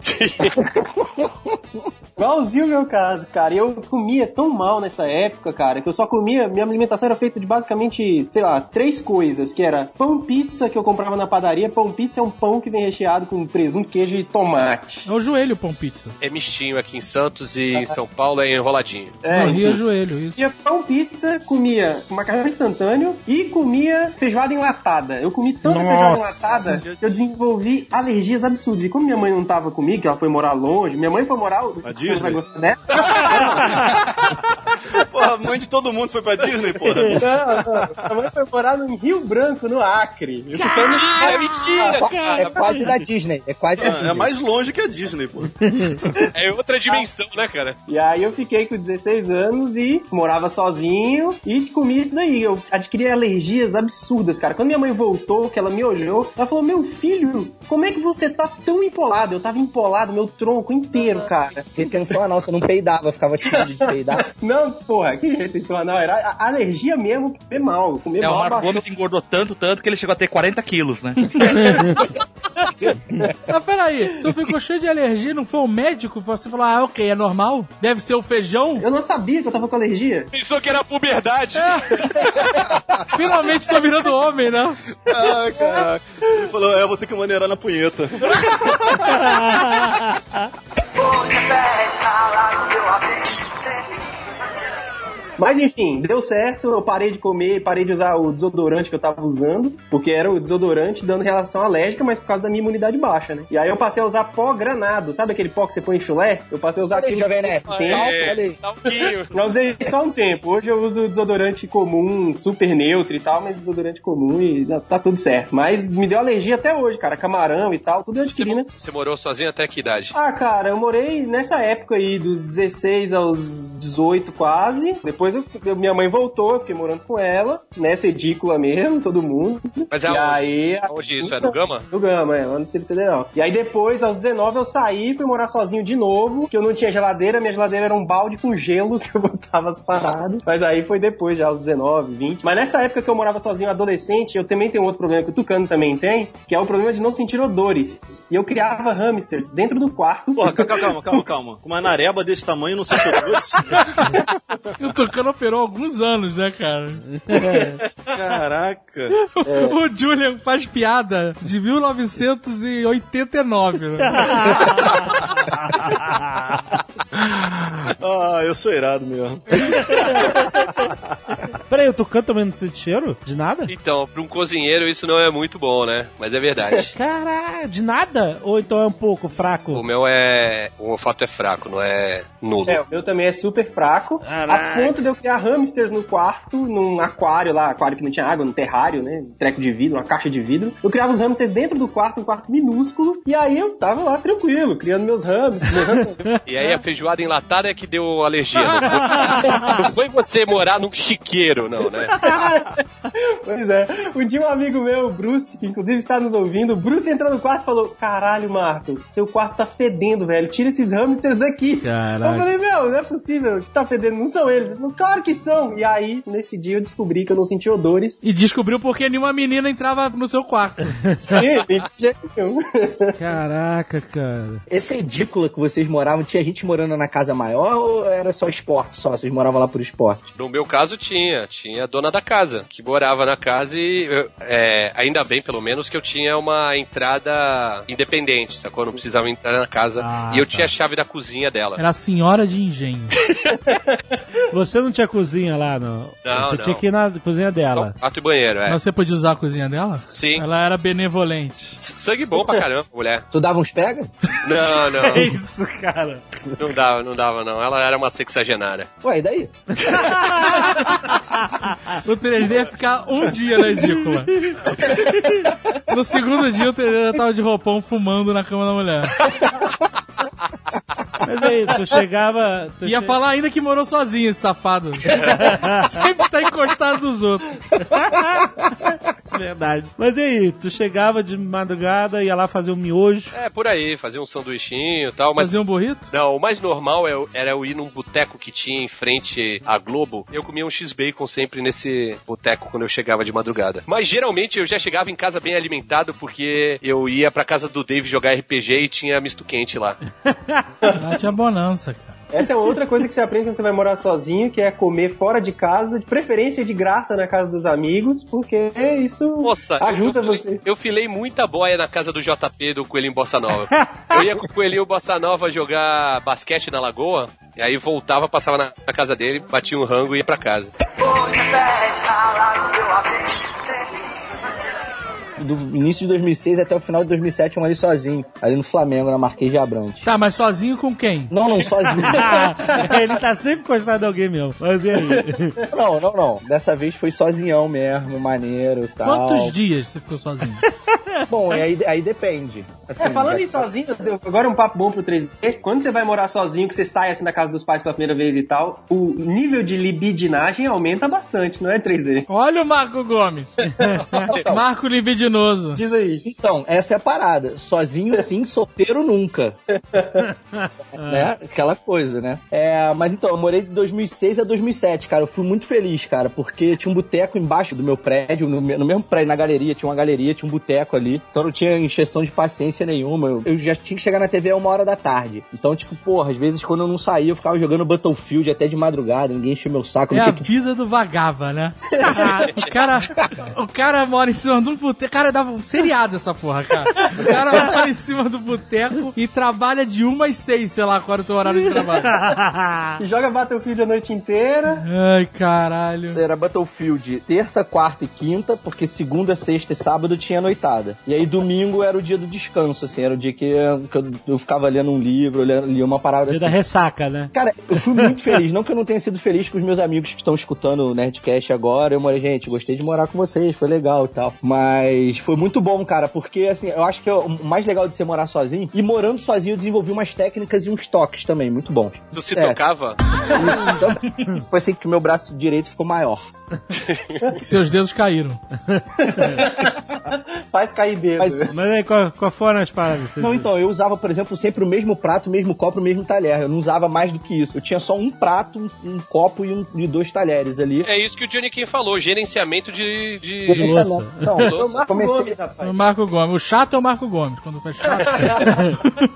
Igualzinho o meu caso, cara. E eu comia tão mal nessa época, cara, que eu só comia. Minha alimentação era feita de basicamente, sei lá, três coisas: que era pão pizza que eu comprava na padaria. Pão pizza é um pão que vem recheado com presunto, queijo e tomate. É o joelho, pão pizza. É mistinho aqui em Santos e em São Paulo é enroladinho. É, no então. Rio é joelho, isso. Comia pão pizza, comia macarrão instantâneo e comia feijoada enlatada. Eu comi tanta feijoada enlatada que eu desenvolvi alergias absurdas. E como minha mãe não tava comigo, que ela foi morar longe, minha mãe foi morar. Na você Disney? vai gostar dessa? Porra, a mãe de todo mundo foi pra Disney, porra. Não, não. Minha mãe foi morar no Rio Branco, no Acre. Eu fiquei no- É mentira! É quase da Disney. É quase da É Disney. mais longe que a Disney, pô. É outra dimensão, né, cara? E aí eu fiquei com 16 anos e morava sozinho e comia isso daí. Eu adquiri alergias absurdas, cara. Quando minha mãe voltou, que ela me olhou, ela falou: Meu filho, como é que você tá tão empolado? Eu tava empolado, meu tronco inteiro, cara. Retenção anal, você não peidava, ficava tipo de peidar. Não, porra, que retenção anal. Era a- alergia mesmo, comer mal. Comer É, o mal Marco abaixou- Gomes engordou tanto, tanto que ele chegou a ter 40 quilos, né? Mas peraí, tu ficou cheio de alergia, não foi o médico? Você falou, ah, ok, é normal? Deve ser o feijão? Eu não sabia que eu tava com alergia. Pensou que era a puberdade. Finalmente tô virando homem, né? Ah, caraca. Ele falou, é, eu vou ter que maneirar na punheta. Mas enfim, deu certo, eu parei de comer, parei de usar o desodorante que eu tava usando, porque era o desodorante dando relação alérgica, mas por causa da minha imunidade baixa, né? E aí eu passei a usar pó granado, sabe aquele pó que você põe em chulé? Eu passei a usar Olha aí, aquele. Jovem Nerd. Tem- Talco, olha aí. Talquinho. Eu usei só um tempo. Hoje eu uso desodorante comum, super neutro e tal, mas desodorante comum e já tá tudo certo. Mas me deu alergia até hoje, cara. Camarão e tal, tudo eu Você, adquiri, né? você morou sozinho até que idade? Ah, cara, eu morei nessa época aí, dos 16 aos 18 quase. Depois eu- eu- minha mãe voltou, eu fiquei morando com ela, nessa edícula mesmo, todo mundo. Mas e é onde? aí. Onde isso? É no Gama? No Gama, é, lá no Distrito Federal. E aí depois, aos 19, eu saí, fui morar sozinho de novo, que eu não tinha geladeira, minha geladeira era um balde com gelo que eu botava as paradas. Mas aí foi depois, já aos 19, 20. Mas nessa época que eu morava sozinho, adolescente, eu também tenho outro problema que o Tucano também tem, que é o problema de não sentir odores. E eu criava hamsters dentro do quarto. Porra, calma, calma, calma, calma. Com uma nareba desse tamanho não sente odores? E o Tucano operou há alguns anos, né, cara? Caraca. O Julian faz piada de 1989, né? Ah, eu sou irado mesmo. Peraí, o Tucano também não sente cheiro? De nada? Então, pra um cozinheiro isso não é muito bom, né? Mas é verdade. Caralho, de nada? Ou então é um pouco O fraco? meu é. O olfato é fraco, não é nulo. É, o meu também é super fraco. Caraca. A ponto de eu criar hamsters no quarto, num aquário lá, aquário que não tinha água, num terrário, né? Um treco de vidro, uma caixa de vidro. Eu criava os hamsters dentro do quarto, um quarto minúsculo. E aí eu tava lá tranquilo, criando meus hamsters. meus hamsters. E aí a feijoada enlatada é que deu alergia. Não foi, não foi você morar num chiqueiro, não, né? pois é. Um dia um amigo meu, o Bruce, que inclusive está nos ouvindo, o Bruce entrou no quarto e falou: Caralho, Marco, seu quarto tá fedendo, velho. Tira esses hamsters daqui. Eu Caralho. falei, meu, não é possível, o que tá fedendo não são eles. Ele falou, claro que são. E aí, nesse dia, eu descobri que eu não senti odores E descobriu porque nenhuma menina entrava no seu quarto. Sim, de jeito nenhum. Caraca, cara. Essa edícula que vocês moravam, tinha gente morando na casa maior ou era só esporte só? Vocês moravam lá por esporte? No meu caso tinha, tinha a dona da casa, que morava na casa e eu- é, ainda bem, pelo menos, que eu tinha uma entrada independente, sacou? Eu não precisava entrar na casa. Ah, e eu tá. tinha a chave da cozinha dela. Era a senhora de engenho. Você não tinha cozinha lá, não? Não, Você não. tinha que ir na cozinha Então, dela. quarto e banheiro, é. Mas você podia usar a cozinha dela? Sim. Ela era benevolente. S- Sangue bom pra caramba, mulher. Tu dava uns pega? Não, É não, isso, cara. não dava, não dava, não. Ela era uma sexagenária. Ué, e daí? O 3D ia ficar um dia na edícula. No segundo dia, o 3D já tava de roupão fumando na cama da mulher. Mas aí, tu chegava. Tu Ia che- falar ainda que morou sozinho, esse safado. Sempre tá encostado dos outros. Verdade. Mas aí, tu chegava de madrugada, ia lá fazer um miojo. É, por aí, fazer um sanduichinho e tal, mas. Fazer um burrito? Não, o mais normal é eu- era eu ir num boteco que tinha em frente à Globo. Eu comia um X-Bacon sempre nesse boteco quando eu chegava de madrugada. Mas geralmente eu já chegava em casa bem alimentado porque eu ia pra casa do Dave jogar RPG e tinha misto quente lá. Ah, tinha bonança, cara. Essa é outra coisa que você aprende quando você vai morar sozinho, que é comer fora de casa, de preferência de graça na casa dos amigos, porque isso Nossa, eu- ajuda eu, filei- você. Eu filei muita boia na casa do JP do Coelhinho Bossa Nova. Eu ia com o Coelhinho Bossa Nova jogar basquete na lagoa, e aí voltava, passava na, na casa dele, batia um rango e ia pra casa. Do início de 2006 até o final de 2007, eu morei sozinho. Ali no Flamengo, na Marquês de Abrantes. Tá, mas sozinho com quem? Não, não, sozinho. Ele tá sempre encostado a alguém mesmo. Mas e aí? não, não, não. Dessa vez foi sozinhão mesmo, maneiro e tal. Quantos dias você ficou sozinho? Bom, e aí, aí depende. Assim, É, falando em da- sozinho, eu- agora um papo bom pro 3D. Quando você vai morar sozinho, que você sai assim da casa dos pais pela primeira vez e tal, o nível de libidinagem aumenta bastante, não é 3D? Olha o Marco Gomes. Marco Libidinoso. Diz aí. Então, essa é a parada. Sozinho sim, solteiro nunca. né? Aquela coisa, né? É, mas então, eu morei de 2006 a 2007, cara. Eu fui muito feliz, cara, porque tinha um boteco embaixo do meu prédio, no, me- no mesmo prédio, na galeria, tinha uma galeria, tinha um boteco ali. Então não tinha encheção de paciência nenhuma. Eu, eu já tinha que chegar na TV a uma hora da tarde. Então, tipo, porra, às vezes quando eu não saía, eu ficava jogando Battlefield até de madrugada, ninguém enchia meu saco, É não a tinha que vida do vagaba, né? o, cara, o cara mora em cima de um boteco. Cara, dava um seriado essa porra, cara. O cara mora em cima do boteco e trabalha de uma às seis, sei lá, qual era o teu horário de trabalho. Joga Battlefield a noite inteira. Ai, caralho. Era Battlefield terça, quarta e quinta, porque segunda, sexta e sábado tinha noitada. E aí domingo era o dia do descanso, assim, era o dia que, que eu, eu ficava lendo um livro, eu lia- lia uma parada Vida assim. ressaca, né? Cara, eu fui muito feliz. Não que eu não tenha sido feliz com os meus amigos que estão escutando o Nerdcast agora. Eu morei, gente, gostei de morar com vocês, foi legal e tal. Mas foi muito bom, cara, porque, assim, eu acho que o mais legal de você morar sozinho. E morando sozinho, eu desenvolvi umas técnicas e uns toques também, muito bons. Tu se É. tocava? Isso, então, foi assim que o meu braço direito ficou maior. Seus dedos caíram. Faz cair dedo. Mas Mas aí, qual, qual foram as paradas? Não, então, eu usava, por exemplo, sempre o mesmo prato, o mesmo copo, o mesmo talher. Eu não usava mais do que isso. Eu tinha só um prato, um, um copo e, um- e dois talheres ali. É isso que o Johnny Kim falou, gerenciamento de... de- É, Eu nunca- louça. Não, Ô, eu Marco Gomes, comecei, O rapaz. Marco Gomes. O chato é o Marco Gomes. Quando faz chato.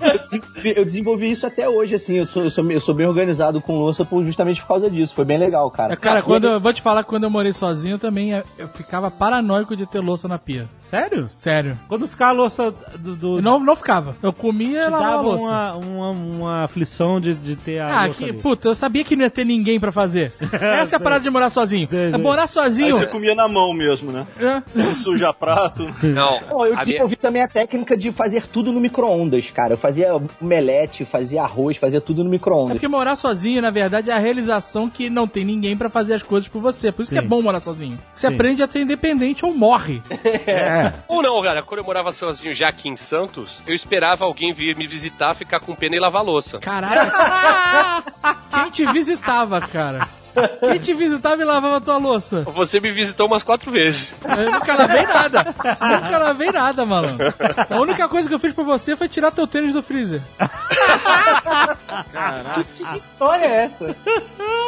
eu desenvolvi- eu desenvolvi isso até hoje, assim. Eu sou, eu sou, eu sou bem organizado com louça por- justamente por causa disso. Foi bem legal, cara. É, Cara, quando eu vou te falar que quando eu morei sozinho, eu também eh, eu ficava paranoico de ter louça na pia. Sério? Sério. Quando ficar a louça do. do Eu Não, não ficava. Eu comia te e lavava a dava louça. uma, uma, uma aflição de, de ter a. Ah, louça que, ali. puta, eu sabia que não ia ter ninguém pra fazer. Essa é a parada de morar sozinho. Sei, É sei. morar Aí sozinho. você comia na mão mesmo, né? É. Não suja prato. Não. Bom, eu a minha- desenvolvi também a técnica de fazer tudo no micro-ondas, cara. Eu fazia omelete, fazia arroz, fazia tudo no É micro-ondas. porque morar sozinho, na verdade, é a realização que não tem ninguém pra fazer as coisas por você. Por isso que é bom morar sozinho. Você aprende a ser independente ou morre. Ou não, cara, quando eu morava sozinho já aqui em Santos, eu esperava alguém vir me visitar, ficar com pena e lavar louça. Caralho. Quem te visitava, cara? Quem te visitava e lavava a tua louça? Você me visitou umas quatro vezes. Eu nunca lavei nada. Eu nunca lavei nada, malandro. A única coisa que eu fiz por você foi tirar teu tênis do freezer. Olha essa.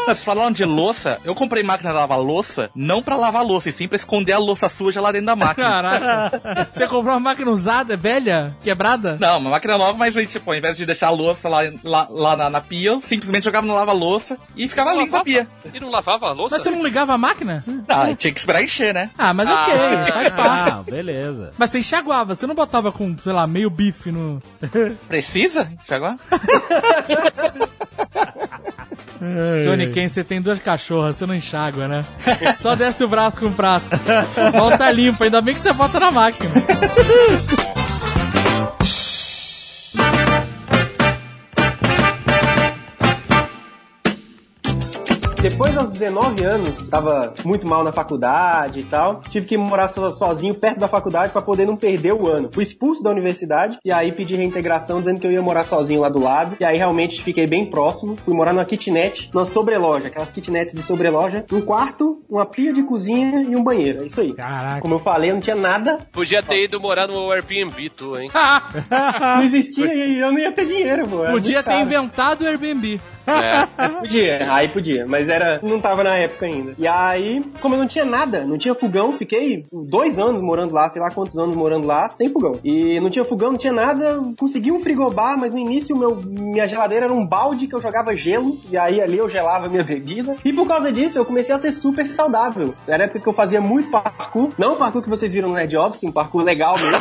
Vocês falaram de louça, eu comprei máquina de lavar louça, não pra lavar louça, e sim pra esconder a louça suja lá dentro da máquina. Caraca. Você comprou uma máquina usada, velha, quebrada? Não, uma máquina nova, mas aí, tipo, ao invés de deixar a louça lá, lá, lá na, na pia, eu simplesmente jogava no lava-louça e ficava limpa a pia. E não lavava a louça? Mas você não ligava a máquina? Ah, e tinha que esperar encher, né? Ah, mas ok, faz parte. Ah, beleza. Mas você enxaguava, você não botava com, sei lá, meio bife no. Precisa? Chegou? É. Johnny Ken, você tem duas cachorras, você não enxágua, né? Só desce o braço com o prato. Volta limpa, ainda bem que você bota na máquina. Depois aos 19 anos, tava muito mal na faculdade e tal. Tive que morar so- sozinho perto da faculdade pra poder não perder o ano. Fui expulso da universidade e aí pedi reintegração dizendo que eu ia morar sozinho lá do lado. E aí realmente fiquei bem próximo. Fui morar numa kitnet, numa sobreloja, aquelas kitnets de sobreloja. Um quarto, uma pia de cozinha e um banheiro. É isso aí. Caraca. Como eu falei, eu não tinha nada. Podia ter ido morar no Airbnb, tu, hein? não existia e eu não ia ter dinheiro, pô. Era Podia muito ter caro. inventado o Airbnb. É. Podia, aí podia, mas era não tava na época ainda. E aí, como eu não tinha nada, não tinha fogão, fiquei dois anos morando lá, sei lá quantos anos morando lá, sem fogão. E não tinha fogão, não tinha nada, consegui um frigobar, mas no início meu, minha geladeira era um balde que eu jogava gelo, e aí ali eu gelava minha bebida. E por causa disso, eu comecei a ser super saudável. Era a época que eu fazia muito parkour, não o parkour que vocês viram no Red Office, um parkour legal mesmo.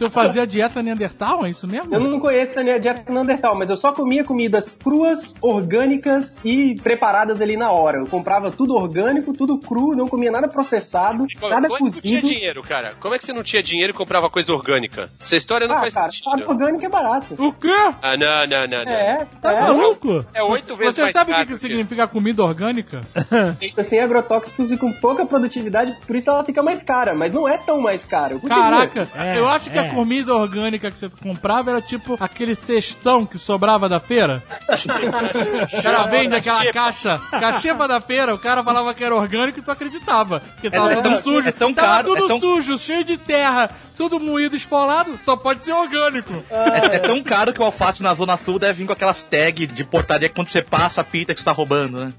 tu fazia dieta Neandertal, é isso mesmo? Eu não conheço a minha dieta Neandertal, mas eu só comia comidas cruas, orgânicas e preparadas ali na hora. Eu comprava tudo orgânico, tudo cru, não comia nada processado, Como, nada como é que tu tinha cozido. dinheiro, cara? Como é que você não tinha dinheiro e comprava coisa orgânica? Essa história não Ah, faz cara, sentido. orgânico é barato. O quê? Ah, não, não, não, não. É, Tá tá é. maluco? É oito vezes Você mais sabe o que, caro que do significa comida orgânica? Sem agrotóxicos e com pouca produtividade, por isso ela fica mais cara, mas não é tão mais cara. Eu continuo. Caraca, É, eu acho que é. a comida orgânica que você comprava era tipo aquele cestão que sobrava da feira. o cara vende aquela caixa, cachepa da feira, o cara falava que era orgânico e tu acreditava. Porque tava é tudo tão- sujo, é tão tava caro, tudo é tão- sujo, cheio de terra, tudo moído, esfolado, só pode ser orgânico. É, é tão caro que o alface na Zona Sul deve vir com aquelas tags de portaria que quando você passa a pita que você tá roubando, né?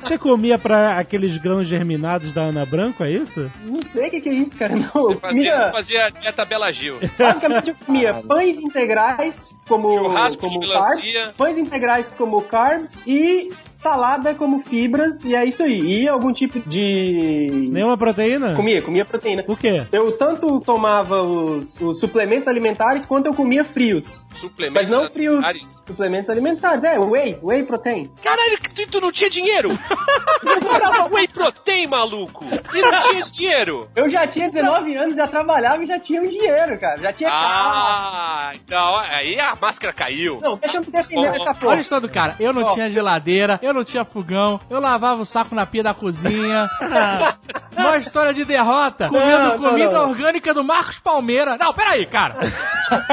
Você comia pra aqueles grãos germinados da Ana Branco, é isso? Não sei o que, que é isso, cara. Não, eu Fazia, comia, fazia dieta Bela Gil. basicamente eu comia pães integrais como, Churrasco de como melancia. carbs, pães integrais como carbs e salada como fibras, e é isso aí. E algum tipo de Nenhuma proteína? Comia, comia proteína. O quê? Eu tanto tomava os, os suplementos alimentares quanto eu comia frios. Suplementos. Mas não frios. alimentares. Suplementos alimentares. É, whey, whey protein. Caralho, tu, tu não tinha dinheiro! Tu comprava whey protein, maluco! E não tinha dinheiro! Eu já tinha 19 anos, já trabalhava e já tinha um dinheiro, cara. Já tinha carro. Ah, então aí a máscara caiu. Não, deixa eu me defender Ó, essa Olha o porra. estado do cara. Eu não Ó. tinha geladeira, eu não tinha fogão, eu lavava o saco na pia da cozinha. Uma história de derrota, comendo não, comida não. orgânica do Marcos Palmeira. Não, peraí, cara.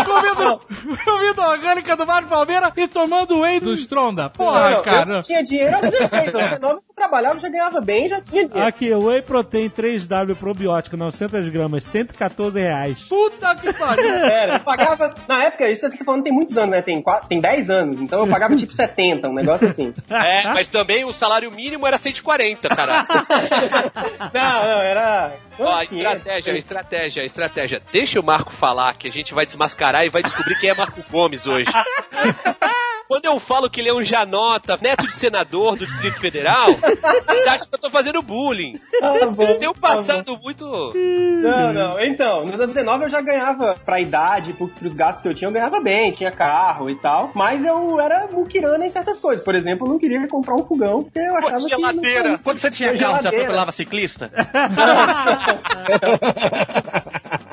comendo comida orgânica do Marcos Palmeira e tomando whey do Stronda. Porra, Não, não, cara. Eu tinha dinheiro aos 16, aos 19 eu trabalhava, já ganhava bem, já tinha dinheiro. Aqui, whey protein 3W probiótico, 900 gramas, 114 reais. Puta que pariu. Era, eu pagava. Na época, isso você tá falando tem muitos anos, né? Tem, quatro, tem 10 anos, então eu pagava tipo 70, um negócio assim. É, mas também o salário mínimo era 140, caralho. Não, não, era. Ó, estratégia, estratégia, estratégia. Deixa o Marco falar que a gente vai desmascarar e vai descobrir quem é Marco Gomes hoje. Quando eu falo que ele é um Janota, neto de senador do Distrito Federal, vocês acham que eu tô fazendo bullying. Tá bom, Eu tenho tá passado muito. Não, não. Então, nos anos 19 eu já ganhava, pra idade, pro, pros gastos que eu tinha, eu ganhava bem, tinha carro e tal. Mas eu era muquirana em certas coisas. Por exemplo, eu não queria comprar um fogão, porque eu achava que. não geladeira. Quando você tinha Eu carro, você geladeira. atropelava ciclista?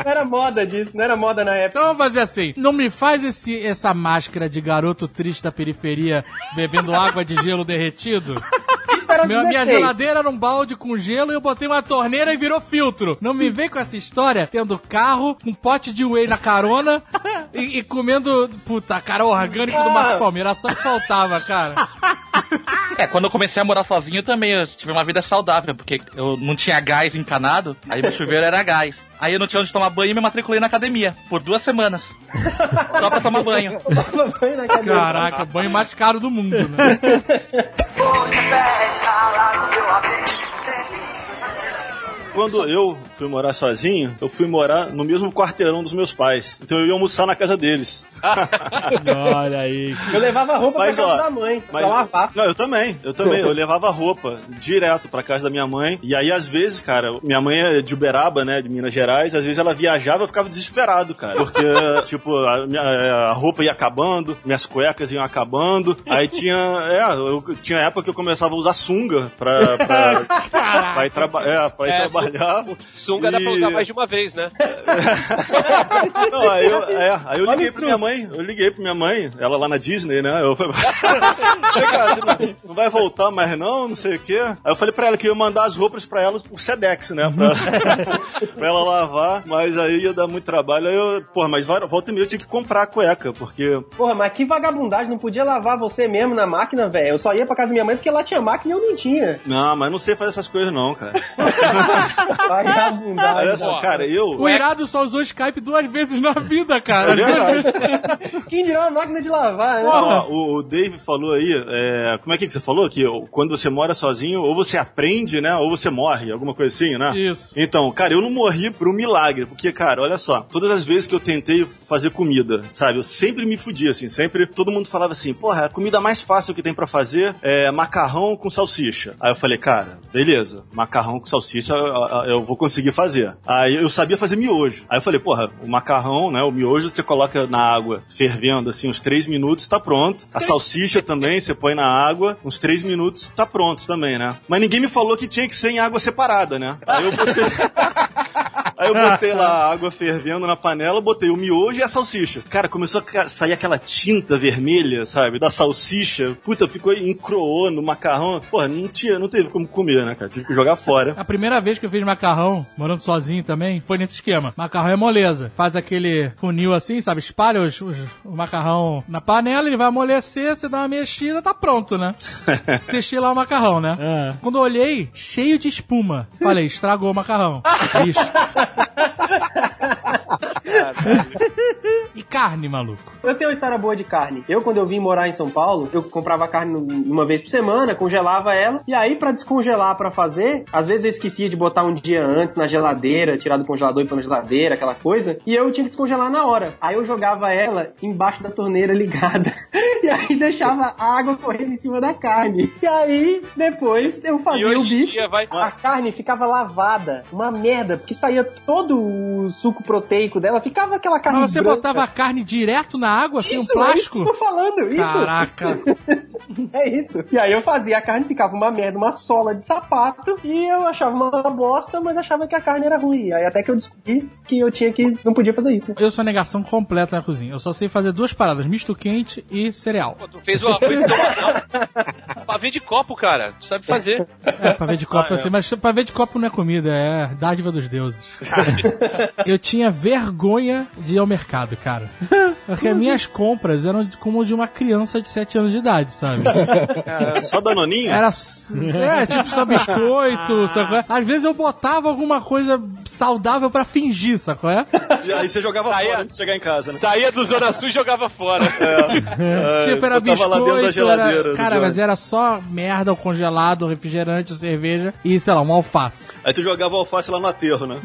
Não era moda disso, não era moda na época. Então vamos fazer assim. Não me faz esse, essa máscara de garoto triste da periferia bebendo água de gelo derretido. Isso era Meu- é 16. minha geladeira era um balde com gelo e eu botei uma torneira e virou filtro. Não me vem com essa história tendo carro, um pote de whey na carona e, e comendo, puta, cara, o orgânico do Marcos Palmeira. Só que faltava, cara. É, quando eu comecei a morar sozinho também, eu tive uma vida saudável, porque eu não tinha gás encanado, aí meu chuveiro era gás. Aí eu não tinha onde tomar banho e me matriculei na academia, por duas semanas. Só pra tomar banho. Tomava banho na cadeira. Caraca, banho mais caro do mundo, né? Quando eu fui morar sozinho, eu fui morar no mesmo quarteirão dos meus pais. Então eu ia almoçar na casa deles. Olha aí. Eu levava roupa Mas, pra casa ó, da mãe, Mas- pra lavar. Não, eu também, eu também. Eu levava roupa direto pra casa da minha mãe. E aí, às vezes, cara, minha mãe é de Uberaba, né, de Minas Gerais. Às vezes ela viajava, eu ficava desesperado, cara. Porque, tipo, a, minha- a roupa ia acabando, minhas cuecas iam acabando. Aí tinha, é, eu, tinha época que eu começava a usar sunga pra, pra, pra ir, traba é, pra ir É, trabalhar. Sunga dá pra usar mais de uma vez, né? Não, aí eu, é, aí eu liguei pra minha mãe, eu liguei pra minha mãe, ela lá na Disney, né? Eu falei, "Vem cá, você não, não vai voltar mais não, não sei o quê. Aí eu falei pra ela que eu ia mandar as roupas pra elas por Sedex, né? Pra, pra ela lavar, mas aí ia dar muito trabalho. Aí eu, porra, mas vai- volta e meia eu tinha que comprar a cueca, porque... Porra, mas que vagabundagem, não podia lavar você mesmo na máquina, velho. Eu só ia pra casa da minha mãe porque lá tinha máquina e eu não tinha. Não, mas não sei fazer essas coisas não, cara. Vagabundagem. Olha só, cara, eu... O Irado só usou Skype duas vezes na vida, É cara. verdade. Quem dirá uma máquina de lavar, né? Então, Ó, o, o Dave falou aí, é, como é que que você falou? Que ó, quando você mora sozinho, ou você aprende, né? Ou você morre, alguma coisa assim, né? Isso. Então, cara, eu não morri por um milagre, porque, cara, olha só, todas as vezes que eu tentei fazer comida, sabe? Eu sempre me fudia, assim, sempre todo mundo falava assim, porra, a comida mais fácil que tem pra fazer é macarrão com salsicha. Aí eu falei, cara, beleza, macarrão com salsicha eu, eu- eu vou conseguir fazer. Aí eu sabia fazer miojo. Aí eu falei, porra, o macarrão, né, o miojo você coloca na água fervendo, assim, uns três minutos, tá pronto. A salsicha também você põe na água, uns três minutos, tá pronto também, né? Mas ninguém me falou que tinha que ser em água separada, né? Aí eu botei... Aí eu botei lá a água fervendo na panela, botei o miojo e a salsicha. Cara, começou a ca- sair aquela tinta vermelha, sabe? Da salsicha. Puta, ficou encroou no macarrão. Porra, não tinha, não teve como comer, né, cara? Tive que jogar fora. A primeira vez que eu fiz macarrão, morando sozinho também, foi nesse esquema. Macarrão é moleza. Faz aquele funil assim, sabe? Espalha os- os- o macarrão na panela, ele vai amolecer, você dá uma mexida, tá pronto, né? Deixei lá o macarrão, né? Quando eu olhei, cheio de espuma. Falei, estragou o macarrão. Lixo. e carne, maluco. Eu tenho uma história boa de carne. Eu, quando eu vim morar em São Paulo, eu comprava carne num- uma vez por semana, congelava ela, e aí, pra descongelar pra fazer, às vezes eu esquecia de botar um dia antes na geladeira, tirar do congelador e pôr na geladeira, aquela coisa, e eu tinha que descongelar na hora. Aí eu jogava ela embaixo da torneira ligada, e aí deixava a água correndo em cima da carne. E aí, depois, eu E fazia o hoje em bife. dia vai. A carne ficava lavada, uma merda, porque saía todo o suco proteico dela, ficava aquela carne Mas você branca. botava a carne direto na água, assim, um Isso, é isso que plástico? eu tô falando, isso. Caraca. É isso. E aí eu fazia a carne, ficava uma merda, uma sola de sapato, e eu achava uma bosta, mas achava que a carne era ruim. Aí até que eu descobri que eu tinha que. não podia fazer isso. né? Eu sou a negação completa na cozinha. Eu só sei fazer duas paradas: misto quente e cereal. Pô, tu fez o arroz e Pavê de copo, cara. Tu sabe fazer. É, pavê de copo, eu sei, mas pavê de copo não é comida, é dádiva dos deuses. eu tinha vergonha de ir ao mercado, cara. Porque as minhas compras eram de- como de uma criança de 7 anos de idade, sabe? Cara, só danoninho? Era, s- é, tipo só biscoito, sacou? é? Às vezes eu botava alguma coisa saudável pra fingir, sacou? é? Aí você jogava Aí, fora ó. antes de chegar em casa, né? Saía do Zona Sul e jogava fora. É, Tipo, era botava biscoito, lá dentro da geladeira. era... do cara, Johnny. mas era só merda, o congelado, o refrigerante, o cerveja e, sei lá, um alface. Aí tu jogava alface lá no aterro, né?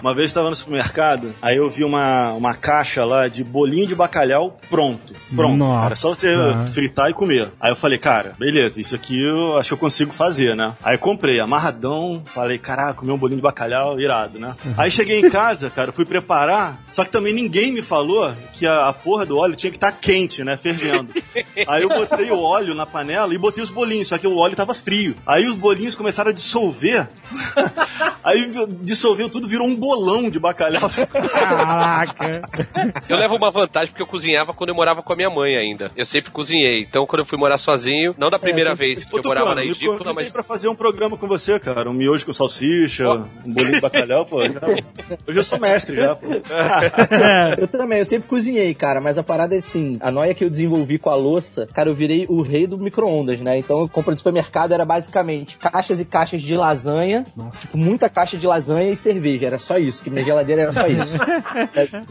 Uma vez eu tava no supermercado, aí eu vi uma, uma caixa lá de bolinho de bacalhau pronto. Pronto. Nossa. Cara, só você fritar e comer. Aí eu falei, cara, beleza, isso aqui eu acho que eu consigo fazer, né? Aí comprei, amarradão, falei, caraca, comer um bolinho de bacalhau, irado, né? Aí cheguei em casa, cara, fui preparar, só que também ninguém me falou que a, a porra do óleo tinha que estar quente, né? Fervendo. Aí eu botei o óleo na panela e botei os bolinhos, só que o óleo tava frio. Aí os bolinhos começaram a dissolver. Aí dissolveu tudo, virou um bolão de bacalhau. Caraca. Eu levo uma vantagem porque eu cozinhava quando eu morava com a minha mãe ainda. Eu sempre cozinhei. Então, quando eu fui morar sozinho, não da primeira vez que eu morava na me edícula, convidei mas. pra fazer um programa com você, cara. Um miojo com salsicha, um bolinho de bacalhau, pô. Já- Hoje eu sou mestre já, pô. Eu também, eu sempre cozinhei, cara, mas a parada é assim, a noia que eu desenvolvi com a louça, cara, eu virei o rei do micro-ondas, né? Então, eu compra de supermercado era basicamente caixas e caixas de lasanha, tipo, muita caixa de lasanha e cerveja, era só isso, que minha geladeira era só isso.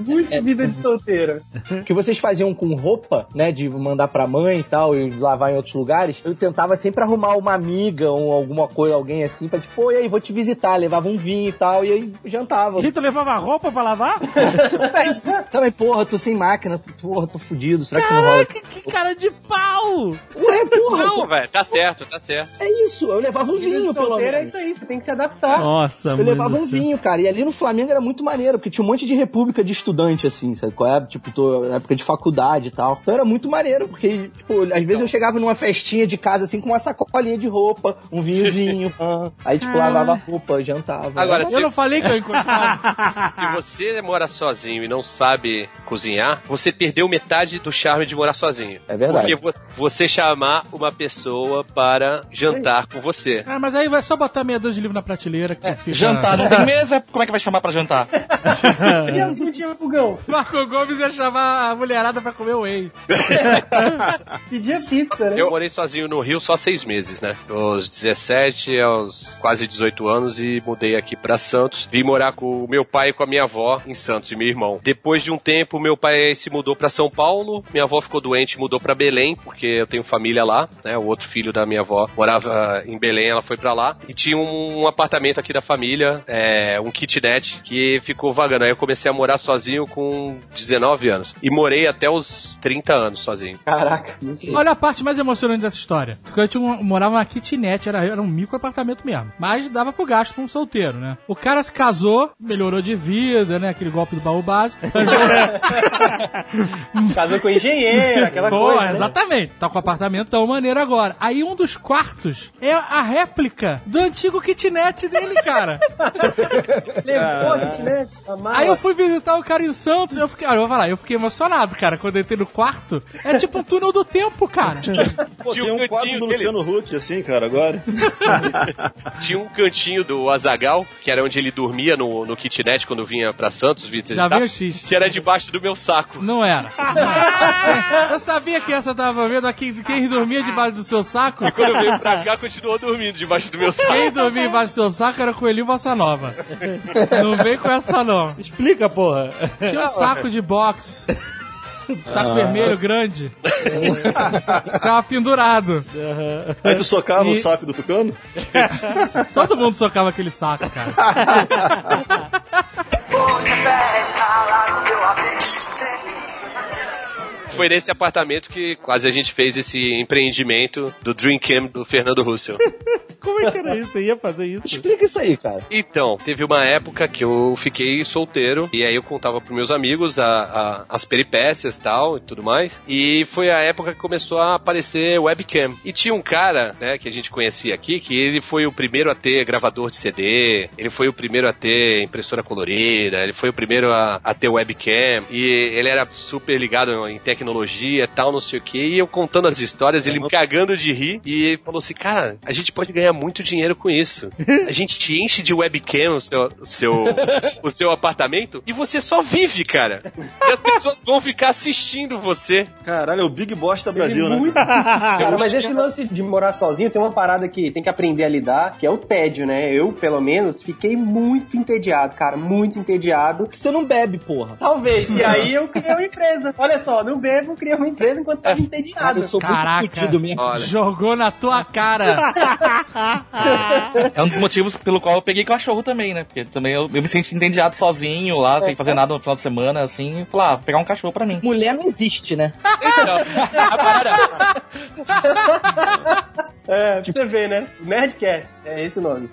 Muito vida de solteira. O que vocês faziam com roupa, né, de mandar pra mãe e tal, e lavar em outros lugares, eu tentava sempre arrumar uma amiga ou alguma coisa, alguém assim, pra tipo, pô, e aí, vou te visitar, levava um vinho e tal, e aí jantava. E tu levava roupa pra lavar? Mas, É. também, porra, tô sem máquina, porra, tô fudido, será que não rola? Caraca, que cara de pau! Ué, porra, Não, velho, tá certo, tá certo. é isso, eu levava um Vida vinho, de pelo solteira é menos. isso aí, você tem que se adaptar. Nossa, Eu levava um vinho, cara, e ali no Flamengo era muito maneiro, porque tinha um monte de república de estudante, assim, sabe? Qual é? Tipo, tô, época de faculdade e tal. Então era muito maneiro, porque, tipo, às vezes eu chegava numa festinha de casa, assim, com uma sacolinha de roupa, um vinhozinho. ah, aí, tipo, lavava a roupa, jantava. Agora, Era- se- Eu não falei que eu encostava. Se você mora sozinho e não sabe cozinhar, você perdeu metade do charme de morar sozinho. É verdade. Porque vo- você chamar uma pessoa para jantar com você. Ah, mas aí vai só botar meia dúzia de livro na prateleira É, que fica... Jantar, não tem mesa? Como é que vai chamar pra jantar? Deus, não tinha fogão. Marco Gomes ia chamar a mulherada pra comer o whey. Pedia pizza, né? Eu morei sozinho no Rio só seis meses, né? Dos 17 aos quase 18 anos e mudei aqui pra Santos. Vim morar com o meu pai e com a minha avó em Santos e meu irmão. Depois de um tempo, meu pai se mudou pra São Paulo, minha avó ficou doente e mudou pra Belém, porque eu tenho família lá, né? O outro filho da minha avó morava em Belém, ela foi pra lá. E tinha um apartamento aqui da família, é, um kitnet, que ficou vagando. Aí eu comecei a morar sozinho com 19 anos. E morei até os 30 anos sozinho. Caraca, muito bom. Olha a parte mais emocionante dessa história. Porque eu tinha um- morava numa kitnet, era, era um micro apartamento mesmo. Mas dava pro gasto pra um solteiro, né? O cara se casou, melhorou de vida, né? Aquele golpe do baú básico. Casou com engenheiro, aquela Boa, coisa. né? exatamente. Tá com o apartamento tão maneiro agora. Aí um dos quartos é a réplica do antigo kitnet dele, cara. Levou, né? A mala. Aí eu fui visitar o cara em Santos, eu fiquei, olha, eu vou falar, eu fiquei emocionado, cara, quando eu entrei no quarto. É tipo um túnel do tempo, cara. Pô, Tinha tem um um quadro cantinho do dele. Luciano Huck, assim, cara, agora. Tinha um cantinho do Azagal, que era onde ele dormia no, no kitnet quando vinha pra Santos, Vitor. Já veio o X. Que era debaixo do meu saco. Não era. Eu sabia que essa tava vendo aqui, quem dormia debaixo do seu saco. E quando eu veio pra cá, continuou dormindo debaixo do meu saco. Quem dormia embaixo do seu saco era o Coelhinho Bossa Nova. Não vem com essa, não. Explica, porra. Tinha um saco de boxe. Ah. Saco vermelho grande. Tava pendurado. Aí tu socava o saco do Tucano? Todo mundo socava aquele saco, cara. Foi nesse apartamento que quase a gente fez esse empreendimento do Dream Camp do Fernando Russell. Como é que era isso? Você ia fazer isso? Explica isso aí, cara. Então, teve uma época que eu fiquei solteiro, e aí eu contava pros meus amigos a- a- as peripécias e tal, e tudo mais, e foi a época que começou a aparecer webcam. E tinha um cara, né, que a gente conhecia aqui, que ele foi o primeiro a ter gravador de CD, ele foi o primeiro a ter impressora colorida, ele foi o primeiro a, a ter webcam, e ele era super ligado em tecnologia e tal, não sei o que, e eu contando as histórias, ele me cagando de rir, e falou assim, cara, a gente pode ganhar muito dinheiro com isso. A gente te enche de webcam o seu, o seu, o seu apartamento e você só vive, cara. E as pessoas vão ficar assistindo você. Caralho, é o Big Bosta Brasil, né? Muito- Cara, mas esse lance de morar sozinho tem uma parada que tem que aprender a lidar, que é o tédio, né? Eu, pelo menos, fiquei muito entediado, cara, muito entediado. Porque você não bebe, porra. Talvez. E aí eu criei uma empresa. Olha só, não bebo, criei uma empresa enquanto tava É, Cara, entediado. eu sou Caraca. muito fudido mesmo. Olha, Jogou na tua cara. É um dos motivos pelo qual eu peguei cachorro também, né? Porque também eu, eu me senti entediado sozinho lá, sem fazer nada no final de semana, assim. e Falei, ah, vou pegar um cachorro pra mim. Mulher não existe, né? Então, a parada- É, pra você ver, né? Nerdcast, é esse o nome.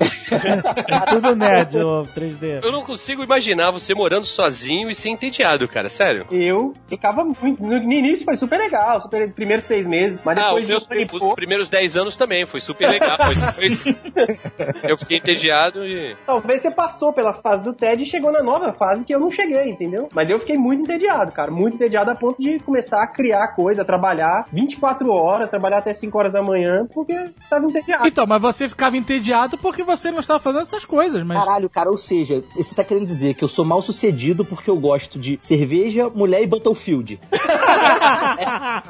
Tudo nerd, ô 3D. eu não consigo imaginar você morando sozinho e ser entediado, cara, sério. Eu ficava muito. No no início foi super legal, super primeiros seis meses, mas Ah, depois os, de um meus, ano e os pouco, primeiros 10 anos também, foi super legal. Foi, foi- eu fiquei entediado e. talvez você passou pela fase do TED e chegou na nova fase que eu não cheguei, entendeu? Mas eu fiquei muito entediado, cara. Muito entediado a ponto de começar a criar coisa, trabalhar 24 horas, trabalhar até 5 horas da manhã, porque tava entediado. Então, mas você ficava entediado porque você não estava fazendo essas coisas, mas. Caralho, cara, ou seja, você tá querendo dizer que eu sou mal sucedido porque eu gosto de cerveja, mulher e Battlefield.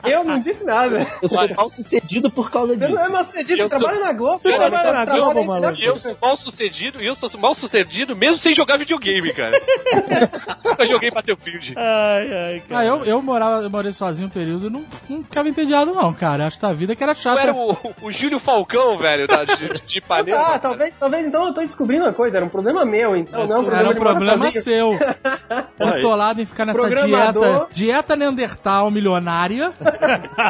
Eu não disse nada. Eu sou mal sucedido por causa Eu não é disso. mal sucedido, Eu eu sou- trabalho na Globo. Você cara. trabalha na Trabalho Globo, em- maluco? E eu sou mal sucedido, e eu sou mal sucedido mesmo sem jogar videogame, cara. Nunca joguei Battlefield. Ai, ai, Ah, cara. eu, eu morava, eu morei sozinho um período e não, não ficava entediado, não, cara. Acho que a vida que era Eu chata. era o, o Júlio Falcão, velho, da, de, de Ipanema. tá. Ah, talvez, talvez então eu tô descobrindo uma coisa, era um problema meu, então não é um problema Era um de morar problema sozinho. seu. Bitolado em ficar nessa dieta. Programador. Dieta mortal milionária.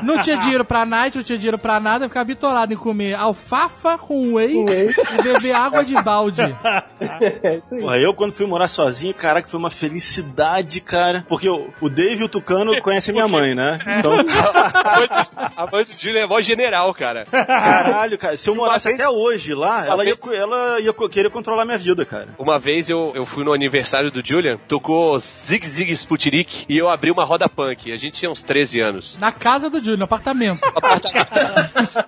Não tinha dinheiro pra night, não tinha dinheiro pra nada. Ficava bitolado em comer alfafa com whey, e beber água de balde. Porra, eu quando fui morar sozinho, caraca, foi uma felicidade, cara. Porque o, o Dave e o Tucano conhecem minha mãe, né? Então, A mãe do Júlio é mó general, cara. caralho, cara, se eu morasse até hoje lá, ela ia, co- ela ia co- querer controlar minha vida, cara. Uma vez eu, eu fui no aniversário do Julian, tocou Zig Zig Sputnik e eu abri uma roda punk. A gente tinha uns 13 anos. Na casa do Júlio, no apartamento.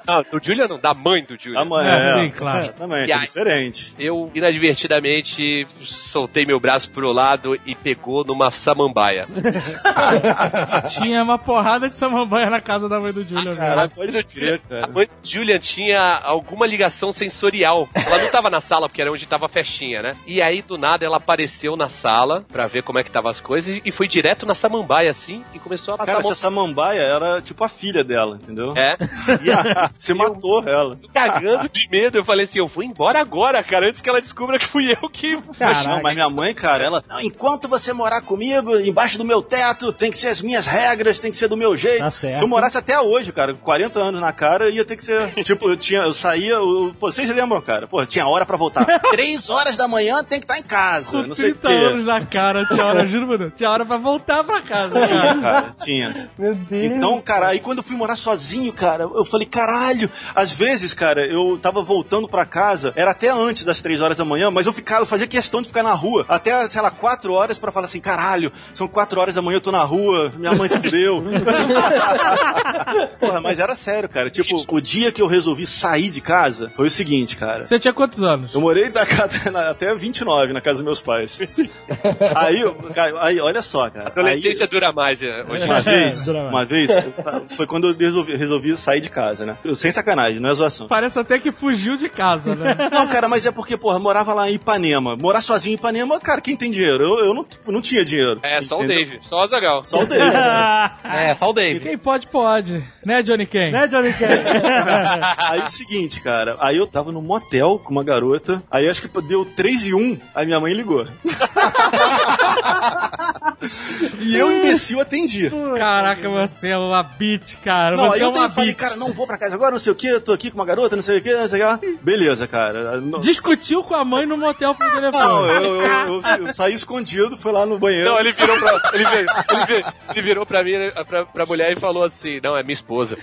Não, do Julian não, da mãe do Julian. A Ah. mãe, É, é, sim, claro. Exatamente, E é aí? diferente. Eu inadvertidamente soltei meu braço pro lado e pegou numa samambaia. Tinha uma porrada de samambaia na casa da mãe do Júlio. Caralho, velho. pode crer, cara. A mãe do Julian tinha alguma ligação sensorial. Ela não tava na sala, porque era onde tava a festinha, né? E aí, do nada, ela apareceu na sala pra ver como é que tava as coisas e foi direto na samambaia, assim, e começou a passar Cara, a mão. essa samambaia era tipo a filha dela, entendeu? É, Você matou ela. cagando de medo. Eu falei assim, eu vou embora agora, cara, antes que ela descubra que fui eu que... Mas, Ah, não, mas minha mãe, cara, ela. "Não, enquanto você morar comigo, embaixo do meu teto, tem que ser as minhas regras, tem que ser do meu jeito. Tá certo. Se eu morasse até hoje, cara, com 40 anos na cara, ia ter que ser. tipo, eu tinha. Eu saía. Eu, pô, vocês lembram, cara? Pô, tinha hora pra voltar. Três horas da manhã tem que estar em casa. Com Não sei o 30 quê. anos na cara, tinha hora, juro, meu Deus. Tinha hora pra voltar pra casa. cara. Tinha, cara, tinha. Meu Deus. Então, cara, aí quando eu fui morar sozinho, cara, eu falei, caralho. Às vezes, cara, eu tava voltando pra casa, era até antes das três horas da manhã, mas eu ficava, eu fazia questão de ficar na rua até, sei lá, quatro horas pra falar assim, caralho, são quatro horas da manhã, eu tô na rua, minha mãe se fudeu. Porra, mas era sério, cara. Tipo, o dia que eu resolvi sair de casa foi o seguinte, cara. Você tinha quantos anos? Eu morei na casa, na- até 29 na casa dos meus pais. aí, eu- aí, olha só, cara. Aí- Adolescência dura mais né, hoje. É, uma vez, dura mais. uma vez, eu ta- foi quando eu resolvi, resolvi sair de casa, né? Eu- sem sacanagem, não é zoação. Parece até que fugiu de casa, né? Não, cara, mas é porque, porra, eu morava lá em Ipanema. Morar sozinho em Ipanema, cara, quem tem dinheiro? Eu, eu não, tipo, não tinha dinheiro. É, só o Entendeu? Dave, só o Azagal. Só o Dave. né? É, só o Dave. Quem pode, pode. Né, Johnny Ken? Né, Johnny Cash? aí é o seguinte, cara. Aí eu tava num motel com uma garota. Aí acho que deu 3 e 1, aí minha mãe ligou. e eu, imbecil, atendi. Caraca, você é uma bitch, cara. Não, você aí é eu dei, uma falei, bitch. cara, não vou pra casa agora, não sei o que, eu tô aqui com uma garota, não sei o que, não sei o que. lá. Beleza, cara. Não- Discutiu com a mãe no motel pro telefone. Não, eu, eu- eu- eu saí escondido, fui lá no banheiro. Não, ele virou pra, ele, vir- ele vir- ele virou pra mim, pra, pra mulher e falou assim, não, é minha esposa.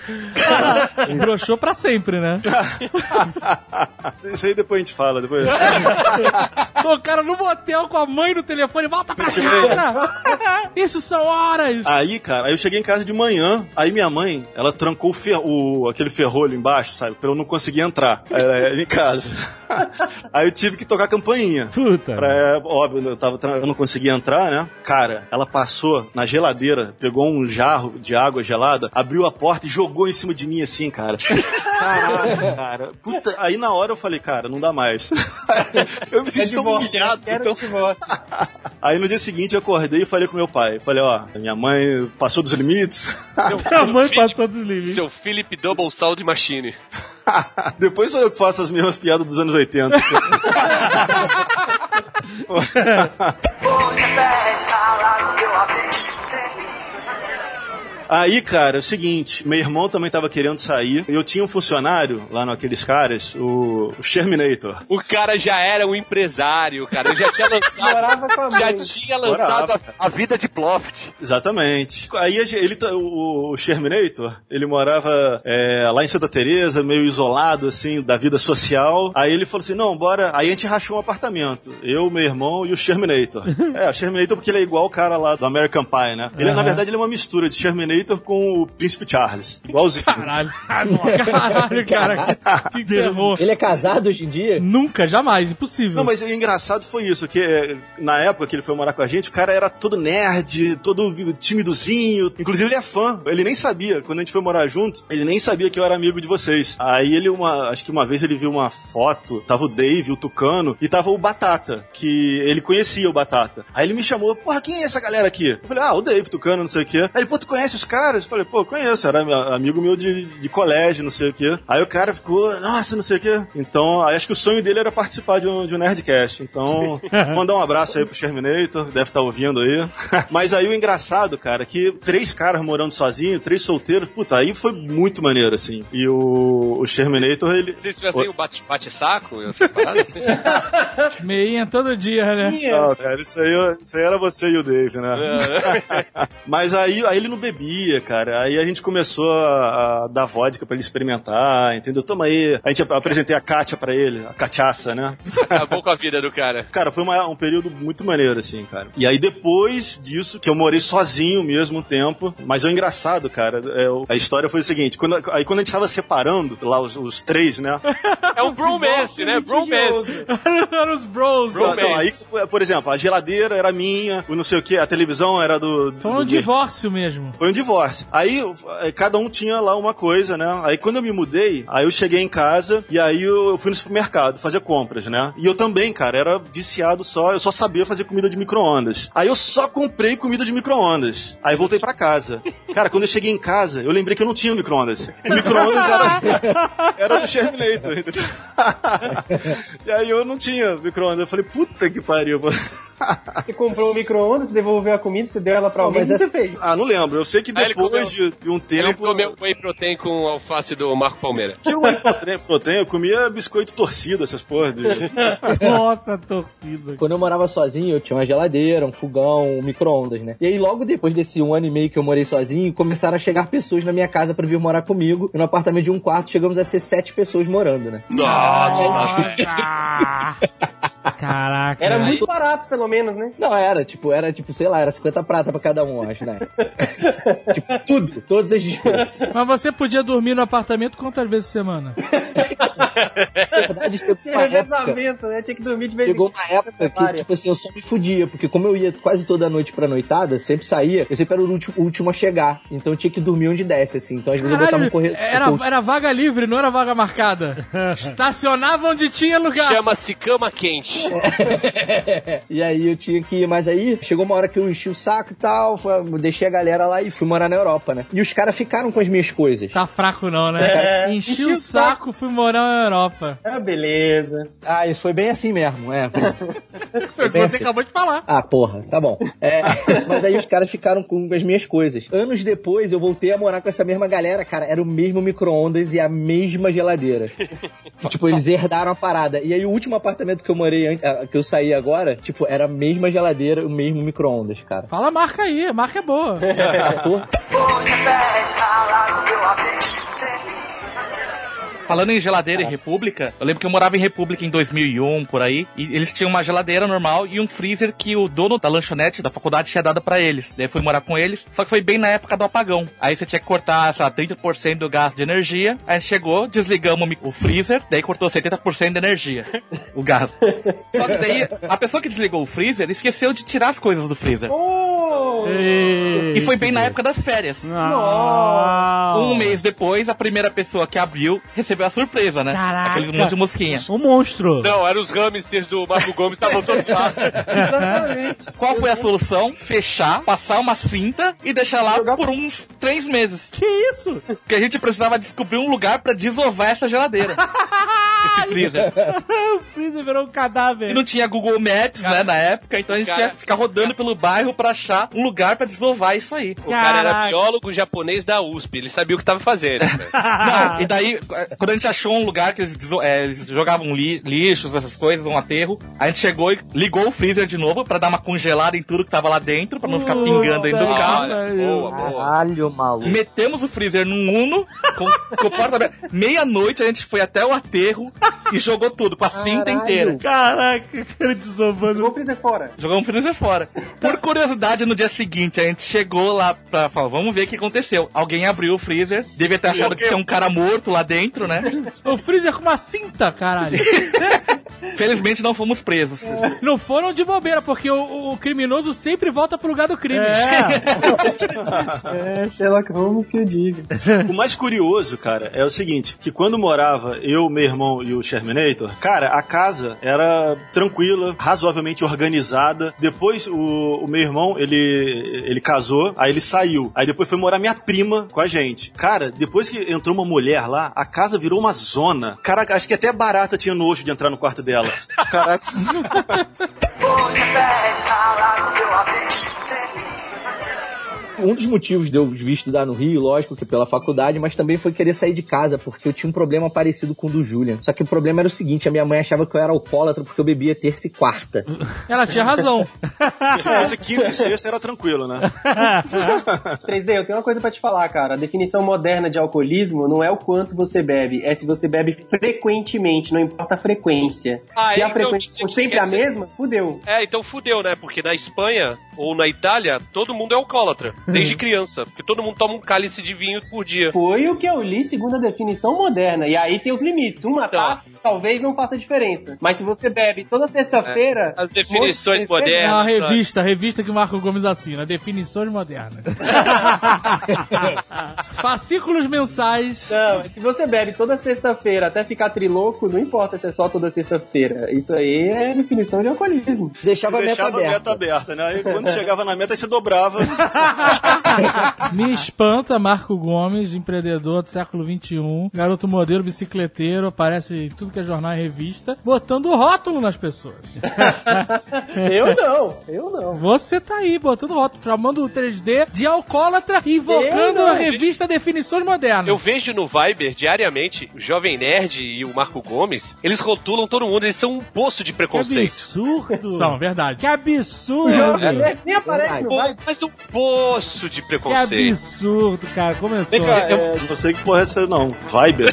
Broxou pra sempre, né? Isso aí depois a gente fala, depois. Pô, cara, no motel com a mãe no telefone, volta pra casa! Isso são horas! Aí, cara, aí eu cheguei em casa de manhã, aí minha mãe, ela trancou o fer- o- aquele ferrolho embaixo, sabe? Pra eu não conseguir entrar é, em casa. aí eu tive que tocar a campainha. Puta. Pra- é, óbvio, eu, tava, tra- eu não conseguia entrar, né? Cara, ela passou na geladeira, pegou um jarro de água gelada, abriu a porta e jogou em cima de mim assim, cara. Caralho, cara. Puta, aí na hora eu falei, cara, não dá mais. eu me senti tão humilhado. Então... aí no dia seguinte eu acordei e falei com meu pai. Falei, ó, minha mãe passou dos limites. Minha mãe passou dos limites. Seu Philip Double Sound Machine. Depois sou eu que faço as mesmas piadas dos anos 80. Aí, cara, é o seguinte, meu irmão também tava querendo sair, e eu tinha um funcionário lá naqueles caras, o, o Sherminator. O cara já era um empresário, cara. Ele já tinha lançado. Morava com a já mãe. tinha lançado Morava. a, a vida de Ploft. Exatamente. Aí a ge- ele, ta- o, o Sherminator, ele morava é, lá em Santa Teresa, meio isolado, assim, da vida social. Aí ele falou assim, não, bora... Aí a gente rachou um apartamento. Eu, meu irmão e o Sherminator. é, o Sherminator porque ele é igual o cara lá do American Pie, né? Ele, na verdade, ele é uma mistura de Sherminator com o Príncipe Charles. Igualzinho. Caralho, caralho, cara, que, que terror. Ele é casado hoje em dia? Nunca, jamais, impossível. Não, mas o engraçado foi isso, que eh, na época que ele foi morar com a gente, o cara era todo nerd, todo timidozinho. Inclusive, ele é fã. Ele nem sabia. Quando a gente foi morar junto, ele nem sabia que eu era amigo de vocês. Aí ele, uma, acho que uma vez ele viu uma foto, tava o Dave, o Tucano, e tava o Batata, que ele conhecia o Batata. Aí ele me chamou, porra, quem é essa galera aqui? Eu falei, ah, o Dave, Tucano, não sei o quê. Aí ele, pô, tu conhece os caras? Eu falei, pô, conheço, era meu- amigo meu de, de colégio, não sei o quê. Aí o cara ficou, nossa, não sei o quê. Então, aí acho que o sonho dele era participar de um, de um Nerdcast. Então, mandar um abraço aí pro Terminator, deve estar ouvindo aí. Mas aí o engraçado, cara, é que três caras morando sozinhos, três solteiros, puta, aí foi muito maneiro, assim. E o, o Terminator, ele. Vocês tivessem assim, o bate- bate-saco, essas paradas? assim? Meinha todo dia, né? Não, cara, isso aí, isso aí era você e o Dave, né? Mas aí, aí ele não bebia, cara. Aí a gente começou a, a dar vodka pra ele experimentar, entendeu? Toma aí. A gente ap- apresentei a Kátia pra ele, a cachaça, né? Acabou com a vida do cara. Cara, foi uma- um período muito maneiro, assim, cara. E aí depois disso, que eu morei sozinho mesmo um tempo, mas é o engraçado, cara, é, o- a história foi o seguinte, quando, aí quando a gente tava separando, lá os, os três, né? É um bromance, né? Bromance. Eram os bros. Não, Bromance. aí, por exemplo, a geladeira era minha, o não sei o que, a televisão era do... do Foi um do- divórcio mesmo. Foi um divórcio. Aí eu- eh, cada um tinha lá uma coisa, né? Aí quando eu me mudei, aí eu cheguei em casa e aí eu eu fui no supermercado fazer compras, né? E eu também, cara, era viciado só, eu só sabia fazer comida de micro-ondas. Aí eu só comprei comida de micro-ondas. Aí voltei pra casa. Cara, quando eu cheguei em casa, eu lembrei que eu não tinha micro-ondas. O micro-ondas era, era do Terminator. entendeu? e aí eu não tinha micro-ondas. Eu falei, puta que pariu, mano. Você comprou um micro-ondas, você devolveu a comida, você deu ela pra alguém, o mas que essa- você fez? Ah, não lembro. Eu sei que Aí ele depois de, de um tempo. Ele comeu whey protein com alface do Marco Palmeira. um Que eu encontrei proteína, eu comia biscoito torcido, essas porras. De... Nossa, torcida. Quando eu morava sozinho, eu tinha uma geladeira, um fogão, um micro-ondas, né? E aí, logo depois desse um ano e meio que eu morei sozinho, começaram a chegar pessoas na minha casa pra vir morar comigo. E no apartamento de um quarto, chegamos a ser sete pessoas morando, né? Caraca. Era muito barato, pelo menos, né? Não, era, tipo, era, tipo, sei lá, era 50 prata pra cada um, eu acho, né? tipo, tudo, todas as despesas. Mas você podia dormir no apartamento quantas vezes por semana? Na verdade, chegou Tinha uma época, revezamento, né? Tinha que dormir de vez em chegou quando. uma época que, tipo assim, eu só me fudia, porque como eu ia quase toda noite pra noitada, sempre saía, eu sempre era o último, o último a chegar. Então eu tinha que dormir onde desse, assim. Então às vezes eu botava um Caralho, corredor. era, era vaga livre, não era vaga marcada. Estacionava onde tinha lugar. Chama-se cama quente. E aí eu tinha que ir, mas aí chegou uma hora que eu enchi o saco e tal, foi- deixei a galera lá e fui morar na Europa, né? E os caras ficaram com as minhas coisas. Tá fraco não, né? Enchi o saco, fui morar na Europa. Ah, beleza. Ah, isso foi bem assim mesmo, é. Foi o que bem você assim. acabou de falar. Ah, porra, tá bom. É, mas aí os caras ficaram com as minhas coisas. Anos depois, eu voltei a morar com essa mesma galera, cara. Era o mesmo micro-ondas e a mesma geladeira. tipo, eles herdaram a parada. E aí, o último apartamento que eu morei, an- ah, que eu saí agora, tipo, era a mesma geladeira, o mesmo micro-ondas, cara. Fala a marca aí, a marca é boa. Falando em geladeira e república, eu lembro que eu morava em república em 2001, por aí, e eles tinham uma geladeira normal e um freezer que o dono da lanchonete da faculdade tinha dado pra eles. Daí eu fui morar com eles, só que foi bem na época do apagão. Aí você tinha que cortar, sei lá, 30% do gasto de energia, aí chegou, desligamos o mi- o freezer, daí cortou 70% da energia, o gás. Só que daí, a pessoa que desligou o freezer esqueceu de tirar as coisas do freezer. E foi bem na época das férias. Nossa. Um mês depois, a primeira pessoa que abriu recebeu a surpresa, né? Caraca. Aqueles monte de mosquinha. Um monstro. Não, eram os hamsters do Marco Gomes, estavam todos lá. Qual foi a solução? Fechar, passar uma cinta e deixar lá por uns três meses. Que isso? Porque a gente precisava descobrir um lugar pra desovar essa geladeira. Esse freezer. O freezer virou um cadáver. E não tinha Google Maps, né, na época, então a gente Cara. tinha que ficar rodando pelo bairro pra achar um lugar pra desovar isso aí. O cara Caraca. era biólogo japonês da USP, ele sabia o que tava fazendo. né? velho. Não, e daí, quando a gente achou um lugar que eles, deso- é, eles jogavam li- lixos, essas coisas, um aterro, a gente chegou e ligou o freezer de novo pra dar uma congelada em tudo que tava lá dentro, pra não ficar pingando dentro do Puta carro. Ah, olha, boa, boa. Caralho, maluco. Metemos o freezer num Uno, com, com o porta aberta. Meia-noite a gente foi até o aterro e jogou tudo, com a cinta Caralho. inteira. Caraca, cara desovando. Jogou o freezer fora. Jogamos o freezer fora. Por curiosidade, no dia seguinte, a gente chegou lá pra falar, vamos ver o que aconteceu. Alguém abriu o freezer, devia ter achado que tinha um cara morto lá dentro, né? O freezer com uma cinta, caralho. Felizmente não fomos presos. Não foram de bobeira, porque o, o criminoso sempre volta pro lugar do crime. É, Sherlock Holmes que eu digo. O mais curioso, cara, é o seguinte: que quando morava eu, meu irmão e o Sherminator, cara, a casa era tranquila, razoavelmente organizada. Depois o, o meu irmão, ele, ele casou, aí ele saiu. Aí depois foi morar minha prima com a gente. Cara, depois que entrou uma mulher lá, a casa virou uma zona. Caraca, acho que até barata tinha nojo de entrar no quarto dela. Caraca. Um dos motivos de eu vir estudar no Rio, lógico que pela faculdade, mas também foi querer sair de casa, porque eu tinha um problema parecido com o do Julian. Só que o problema era o seguinte: a minha mãe achava que eu era alcoólatra porque eu bebia terça e quarta. Ela tinha razão. Se fosse quinta e sexta era tranquilo, né? 3D, eu tenho uma coisa pra te falar, cara. A definição moderna de alcoolismo não é o quanto você bebe, é se você bebe frequentemente, não importa a frequência. Ah, se é, a então, frequência isso for que sempre quer a dizer- mesma, fudeu. É, então fudeu, né? Porque na Espanha ou na Itália, todo mundo é alcoólatra, desde criança. Porque todo mundo toma um cálice de vinho por dia. Foi o que eu li segundo a definição moderna. E aí tem os limites. Uma Então. taça talvez não faça diferença. Mas se você bebe toda É, sexta-feira. As definições um monte de cerveja- É modernas. uma revista, a revista que o Marco Gomes assina, Definições Modernas. Fascículos mensais. Não, se você bebe toda sexta-feira até ficar triloco, não importa se é só toda sexta-feira. Isso aí é definição de alcoolismo. Deixava a meta Deixava a aberta. meta aberta, né? Aí quando chegava na meta, aí você dobrava. Me espanta Marco Gomes, empreendedor do século XXI, garoto modelo, bicicleteiro, aparece em tudo que é jornal e revista, botando rótulo nas pessoas. Eu não, eu não. Você tá aí botando rótulo, chamando o 3D de alcoólatra e invocando Eu não, a revista Definições Modernas. Eu vejo no Viber diariamente o Jovem Nerd e o Marco Gomes, eles rotulam todo mundo, eles são um poço de Que preconceito. absurdo! São, verdade. Que absurdo! Nem aparece no Pô, vai. Mas um poço de Que preconceito. absurdo, cara. Vem Começou. cá, é, não sei que porra é essa, não. Viber.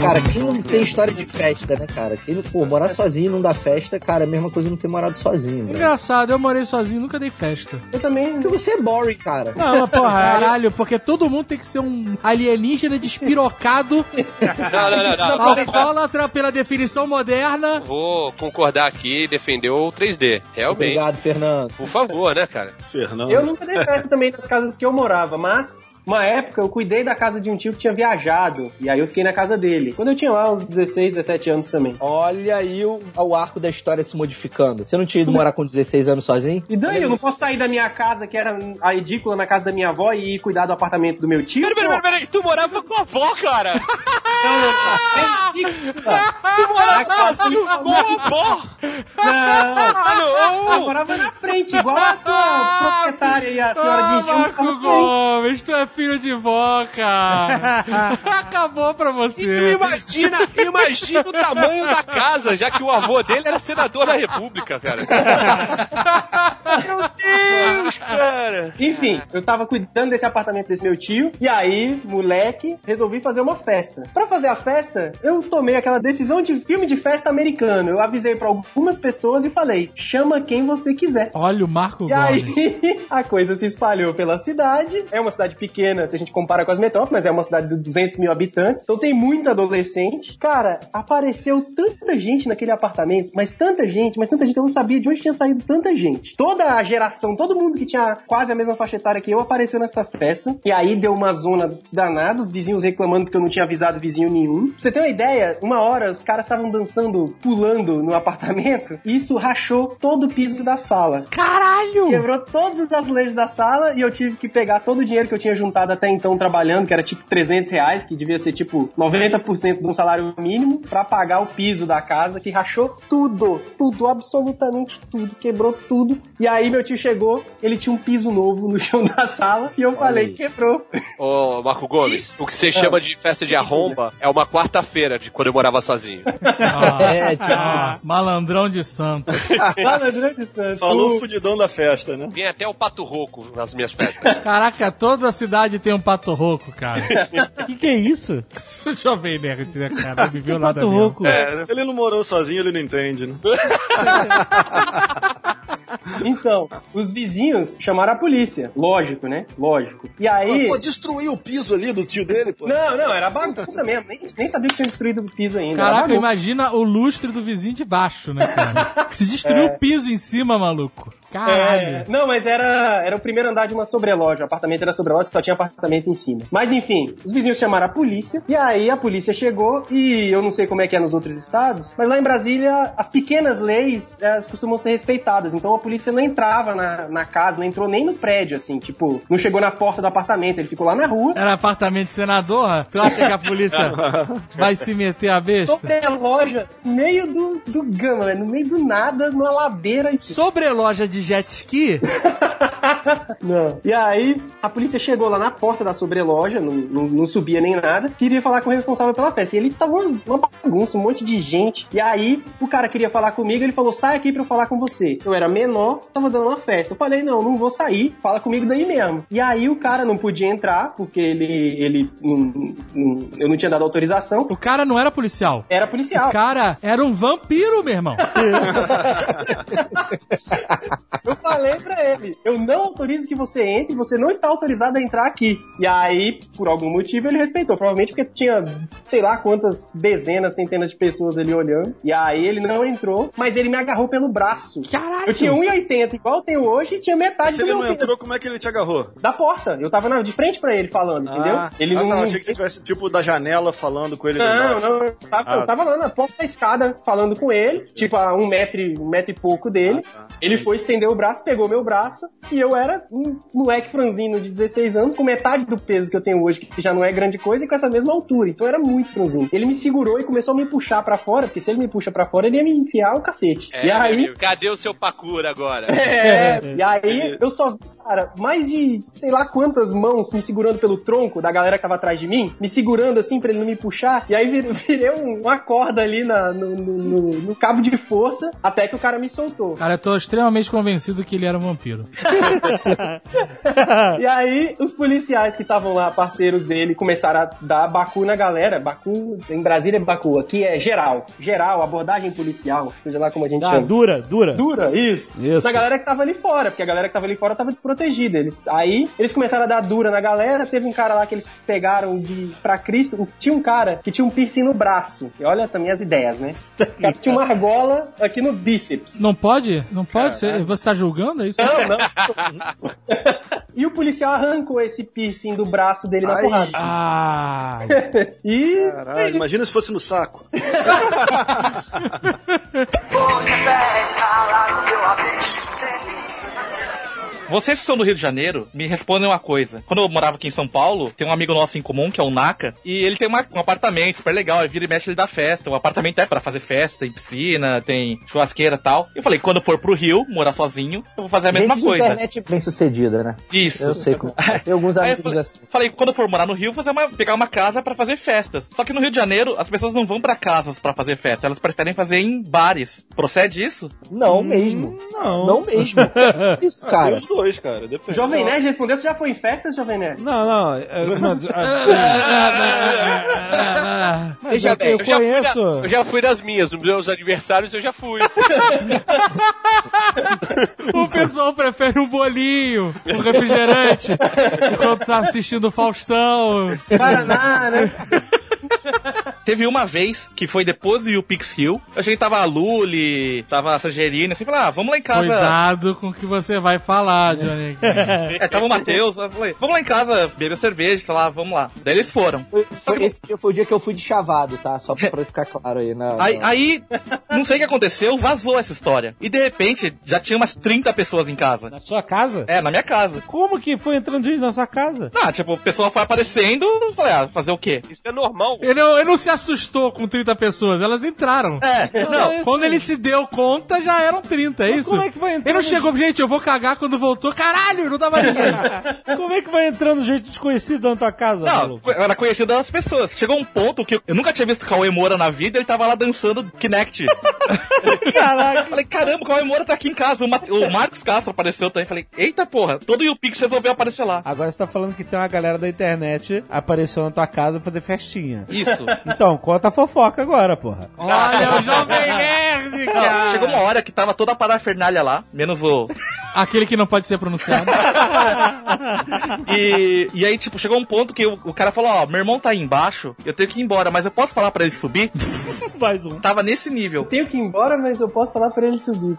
Cara, Uhum. quem não tem história de festa, né, cara? Quem, pô, morar sozinho e não dá festa, cara, é a mesma coisa não ter morado sozinho, velho. Engraçado, eu morei sozinho, nunca dei festa. Eu também. Porque você é boring, cara. Não, mas porra, Ah, Caralho, porque todo mundo tem que ser um alienígena despirocado, Não, não, não, não. alcoólatra pela definição moderna. Vou concordar aqui e defender o 3D. Realmente. Obrigado, Fernando. Por favor, né, cara? Fernando. Eu nunca dei festa também nas casas que eu morava, mas. Uma época eu cuidei da casa de um tio que tinha viajado. E aí eu fiquei na casa dele. Quando eu tinha lá uns 16, 17 anos também. Olha aí o, o arco da história se modificando. Você não tinha ido morar com 16 anos sozinho? E daí, eu não posso sair da minha casa, que era a edícula na casa da minha avó, e ir cuidar do apartamento do meu tio? Peraí, peraí, peraí, peraí. Tu morava com a avó, cara? Eu morava sozinho. Com a avó? Não, eu Não! morava na frente, igual a sua proprietária e a senhora de engenho. Marco ficava na frente. Gomes, tu é filho de vó, cara. Acabou pra você. Imagina, imagina o tamanho da casa, já que o avô dele era senador da república, cara. Meu Deus, cara. Enfim, eu tava cuidando desse apartamento desse meu tio, e aí, moleque, resolvi fazer uma festa. Pra fazer a festa, eu tomei aquela decisão de filme de festa americano. Eu avisei pra algumas pessoas e falei: chama quem você quiser. Olha o Marco E aí, a coisa se espalhou pela cidade. É uma cidade pequena, se a gente compara com as metrópoles, mas é uma cidade de 200 mil habitantes. Então tem muita adolescente. Cara, apareceu tanta gente naquele apartamento, mas tanta gente, mas tanta gente. Eu não sabia de onde tinha saído tanta gente. Toda a geração, todo mundo que tinha quase a mesma faixa etária que eu apareceu nessa festa. E aí deu uma zona danada, os vizinhos reclamando porque eu não tinha avisado vizinho nenhum. Pra você ter uma ideia, uma hora os caras estavam dançando, pulando no apartamento. E isso rachou todo o piso da sala. Quebrou todas as azulejos da sala e eu tive que pegar todo o dinheiro que eu tinha juntado até então trabalhando, que era tipo 300 reais, que devia ser tipo 90% de um salário mínimo, pra pagar o piso da casa, que rachou tudo, tudo, absolutamente tudo, quebrou tudo. E aí meu tio chegou, ele tinha um piso novo no chão da sala e eu falei, quebrou. Ô, Marco Gomes, o que você chama de festa de arromba é uma quarta-feira de quando eu morava sozinho. É, tipo, Ah, malandrão de santo. Lá no Rio Grande do Sul. Falou o fudidão da festa, né? Vem até o pato rouco nas minhas festas. Caraca, toda a cidade tem um pato rouco, cara. que que é isso? Isso é Jovem nerd, né, cara? Não me viu nada Pato mesmo. rouco. Ele não morou sozinho, ele não entende, né? Então, os vizinhos chamaram a polícia. Lógico, né? Lógico. E aí. Pô, destruiu o piso ali do tio dele, pô. Não, não, era bagunça mesmo. Nem, nem sabia que tinha destruído o piso ainda. Era Caraca, bagunça. imagina o lustre do vizinho de baixo, né, cara? Se destruiu o piso em cima, maluco. Caralho. É, não, mas era, era o primeiro andar de uma sobreloja. O apartamento era sobreloja, só tinha apartamento em cima. Mas enfim, os vizinhos chamaram a polícia. E aí a polícia chegou. E eu não sei como é que é nos outros estados. Mas lá em Brasília, as pequenas leis, elas costumam ser respeitadas. Então a polícia não entrava na, na casa, não entrou nem no prédio, assim. Tipo, não chegou na porta do apartamento. Ele ficou lá na rua. Era apartamento de senador? né? Tu acha que a polícia vai se meter a besta? Sobre a loja, no meio do, do gama, velho, no meio do nada, numa ladeira. e- Sobre loja de jet ski? Não. E aí, a polícia chegou lá na porta da sobreloja, não, não, não subia nem nada, queria falar com o responsável pela festa. E ele tava uma, uma bagunça, um monte de gente. E aí, o cara queria falar comigo, ele falou: sai aqui pra eu falar com você. Eu era menor, tava dando uma festa. Eu falei: não, não vou sair, fala comigo daí mesmo. E aí, o cara não podia entrar, porque ele. ele não- não- eu não tinha dado autorização. O cara não era policial. Era O policial. cara era um vampiro, meu irmão. Eu falei pra ele, eu não autorizo que você entre, você não está autorizado a entrar aqui. E aí, por algum motivo, ele respeitou. Provavelmente porque tinha, sei lá quantas dezenas, centenas de pessoas ali olhando. E aí ele não entrou, mas ele me agarrou pelo braço. Caralho. Eu tinha 1,80, igual eu tenho hoje, e tinha metade Se do ele meu não dedo entrou, como é que ele te agarrou? da porta. Eu tava na- de frente pra ele falando, entendeu? Ah, Ele ah, não, tá, não- achei que você tivesse, tipo, da janela falando com ele. não, embaixo. não, eu tava, Ah, eu tava lá na porta da escada falando com ele, tipo a um metro, e- um metro e pouco dele. Ah, tá. Ele foi estender o braço, pegou meu braço, e eu era um moleque franzino de 16 anos, com metade do peso que eu tenho hoje, que já não é grande coisa, e com essa mesma altura. Então eu era muito franzino. Ele me segurou e começou a me puxar pra fora, porque se ele me puxa pra fora, ele ia me enfiar o cacete. É, e aí. meu, cadê o seu Pacura agora? É, e aí eu só vi, cara, mais de sei lá quantas mãos me segurando pelo tronco da galera que tava atrás de mim, me segurando assim pra ele não me puxar, e aí vir- virei um- uma corda ali na- no, no- no- no cabo de força, até que o cara me soltou. Cara, eu tô extremamente convencido que ele era um vampiro. E aí os policiais que estavam lá, parceiros dele, começaram a dar bacu na galera, bacu, em Brasília é bacu, aqui é geral, geral, abordagem policial, seja lá como a gente Ah, chama. dura, dura. Dura, isso. Isso. Na galera que tava ali fora, porque a galera que tava ali fora tava desprotegida. Eles, aí eles começaram a dar dura na galera. Teve um cara lá que eles pegaram de pra Cristo. O- Tinha um cara que tinha um piercing no braço. E olha também as ideias, né? O cara tinha uma argola aqui no bíceps. Não pode? Não pode? ser? Você tá julgando? É isso? Não, não. e o policial arrancou esse piercing do braço dele na Ai. porrada. Ah, E Caralho, imagina se fosse no saco. Vocês que são do Rio de Janeiro, me respondem uma coisa. Quando eu morava aqui em São Paulo, tem um amigo nosso em comum, que é o Naka, e ele tem uma- um apartamento super legal, ele vira e mexe, ele dá festa. O apartamento é pra fazer festa, tem piscina, tem churrasqueira e tal. Eu falei, quando eu for pro Rio, morar sozinho, eu vou fazer a mesma Gente de coisa. internet bem sucedida, né? Isso. Eu sei como. Tem alguns Aí eu amigos falei, assim. falei, quando eu for morar no Rio, vou fazer uma, pegar uma casa pra fazer festas. Só que no Rio de Janeiro, as pessoas não vão pra casas pra fazer festa, elas preferem fazer em bares. Procede isso? Não mesmo. Não. Não mesmo. Isso, Ah, tem cara. os dois, cara. Depende. Jovem Nerd respondeu: Você já foi em festa, Jovem Nerd? Não, não. é, mas, ah, mas Veja eu, bem, eu Eu já, fui na- conheço. eu já fui nas minhas, nos meus aniversários eu já fui. o pessoal prefere um bolinho, um refrigerante, enquanto tá assistindo o Faustão. Paraná, né? Teve uma vez que foi depois do Pix Hill. Eu achei que tava a Lully, tava a Sangerina, assim, falei, ah, vamos lá em casa. Cuidado com o que você vai falar, Johnny. É, tava o Matheus, eu falei, vamos lá em casa, beber cerveja, sei lá, vamos lá. Daí eles foram. Foi- foi- esse dia foi o dia que eu fui de chavado, tá? Só pra ficar claro aí. Na, Aí, na- aí, não sei o que aconteceu, vazou essa história. E de repente, já tinha umas 30 pessoas em casa. Na sua casa? É, na minha casa. Como que foi entrando gente na sua casa? Ah, tipo, o pessoal foi aparecendo, eu falei, ah, fazer o quê? Isso é normal. Ele não, ele não se assustou com 30 pessoas, elas entraram. É, não. Mas- Quando ele se deu conta, já eram 30, assim. é isso? como é que vai entrar Ele não no- chegou, gente, eu vou cagar quando voltou. Caralho, não dava ninguém. Como é que vai entrando gente desconhecida na tua casa, Não, maluco? eu era conhecido das pessoas. Chegou um ponto que eu nunca tinha visto Cauê Moura na vida, ele tava lá dançando Kinect. Caraca. Falei, caramba, o Cauê Moura tá aqui em casa. O, Ma- o Marcos Castro apareceu também. Falei, eita porra, todo o Pix resolveu aparecer lá. Agora você tá falando que tem uma galera da internet apareceu na tua casa pra fazer festinha. Isso. Então, conta a fofoca agora, porra. Olha é o Jovem Nerd, cara. Chegou uma hora que tava toda a parafernália lá, menos o... Aquele que não pode ser pronunciado. E, e aí, tipo, chegou um ponto que o, o cara falou, ó, meu irmão tá aí embaixo, eu tenho que ir embora, mas eu posso falar pra ele subir? Mais um. Tava nesse nível. Tenho que ir embora, mas eu posso falar pra ele subir.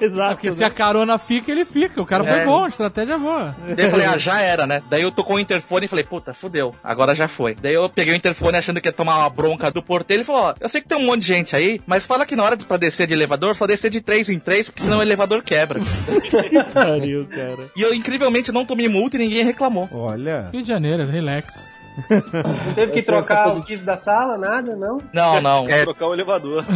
Exato. Porque se a carona fica, ele fica. O cara foi É. bom, a estratégia boa. Daí eu falei, ah, já era, né? Daí eu tocou o interfone e falei, puta, fudeu, agora já foi. Daí eu peguei o interfone achando que ia tomar uma bronca do porteiro. Ele falou, ó, eu sei que tem um monte de gente aí, mas fala que na hora de, pra descer de elevador, só descer de três em três, porque senão o elevador quebra. Pariu, cara. E eu, incrivelmente, não tomei multa e ninguém reclamou. Olha. Rio de Janeiro, relax. Não teve que Eu tenho essa trocar coisa- o piso da sala, nada, não? Não, não. É, Trocar o elevador.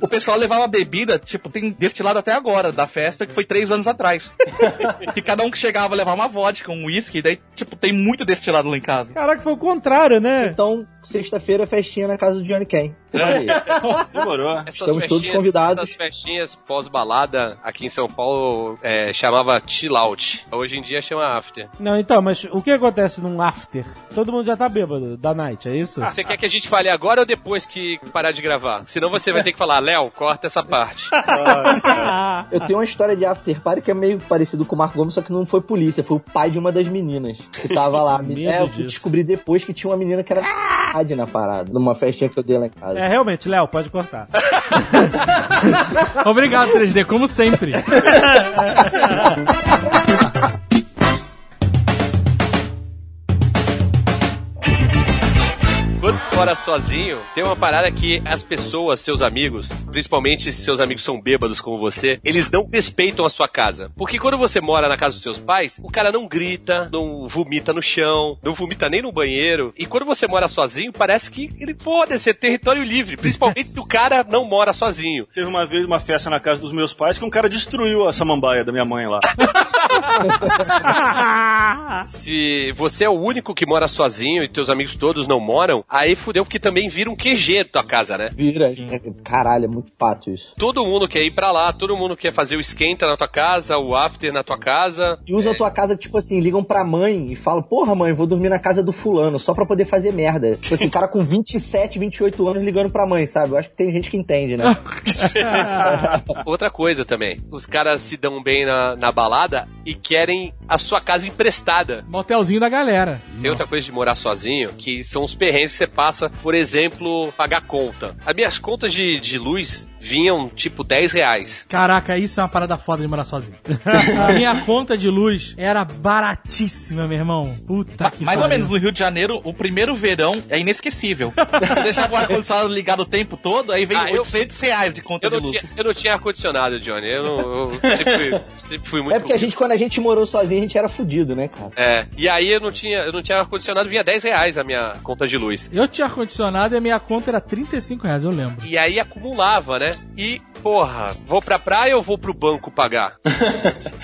o pessoal levava bebida, tipo, tem destilado até agora, da festa, que foi três anos atrás. que cada um que chegava levava uma vodka, um uísque, daí, tipo, tem muito destilado lá em casa. Caraca, foi o contrário, né? Então, sexta-feira, festinha na casa do Johnny Ken. Valeu. Demorou. Essas Estamos todos festinhas- convidados. Essas festinhas pós-balada aqui em São Paulo é, chamava chill out. Hoje em dia chama after. Não, então, mas o que acontece num after? Todo mundo já tá bêbado da night, é isso? Você quer que a gente fale agora ou depois que parar de gravar? Senão você vai ter que falar, Léo, corta essa parte. Eu Ah. tenho uma história de after party que é meio parecido com o Marco Gomes, só que não foi polícia, foi o pai de uma das meninas que tava lá. Medo é, eu disso. descobri depois que tinha uma menina que era rádio na parada, numa festinha que eu dei lá em casa. É, realmente, Léo, pode cortar. Obrigado, 3D, como sempre. Quando tu mora sozinho, tem uma parada que as pessoas, seus amigos, principalmente se seus amigos são bêbados como você, eles não respeitam a sua casa. Porque quando você mora na casa dos seus pais, o cara não grita, não vomita no chão, não vomita nem no banheiro. E quando você mora sozinho, parece que ele foda-se, é território livre. Principalmente se o cara não mora sozinho. Teve uma vez uma festa na casa dos meus pais que um cara destruiu a samambaia da minha mãe lá. Se você é o único que mora sozinho e teus amigos todos não moram, aí fudeu porque também vira um QG da tua casa, né? Vira. Caralho, é muito fato isso. Todo mundo quer ir pra lá, todo mundo quer fazer o esquenta na tua casa, o after na tua casa. E usam a tua casa, tipo assim, ligam pra mãe e falam, porra, mãe, vou dormir na casa do fulano, só pra poder fazer merda. Tipo assim, cara com 27, 28 anos ligando pra mãe, sabe? Eu acho que tem gente que entende, né? Outra coisa também, os caras se dão bem na, na balada e querem a sua casa emprestada. Motelzinho da galera. Tem outra coisa de morar sozinho, que são os perrengues que você passa, por exemplo, pagar conta. As minhas contas de, de luz vinham tipo 10 reais. Caraca, isso é uma parada foda de morar sozinho. A minha conta de luz era baratíssima, meu irmão. Puta que Mais ou pariu. menos, no Rio de Janeiro, o primeiro verão é inesquecível. Você deixava o ar-condicionado ligado o tempo todo, aí vem Ah, eu- 800 reais de conta Eu de não luz. tinha, eu não tinha ar-condicionado, Johnny. Eu, não- eu sempre, fui, sempre fui muito. É porque a gente, quando a gente morou sozinho, a gente era fudido, né, cara? É, e aí eu não tinha, eu não tinha ar-condicionado, vinha 10 reais a minha conta de luz. Eu tinha ar-condicionado e a minha conta era 35 reais, eu lembro. E aí acumulava, né? E, porra, vou pra praia ou vou pro banco pagar?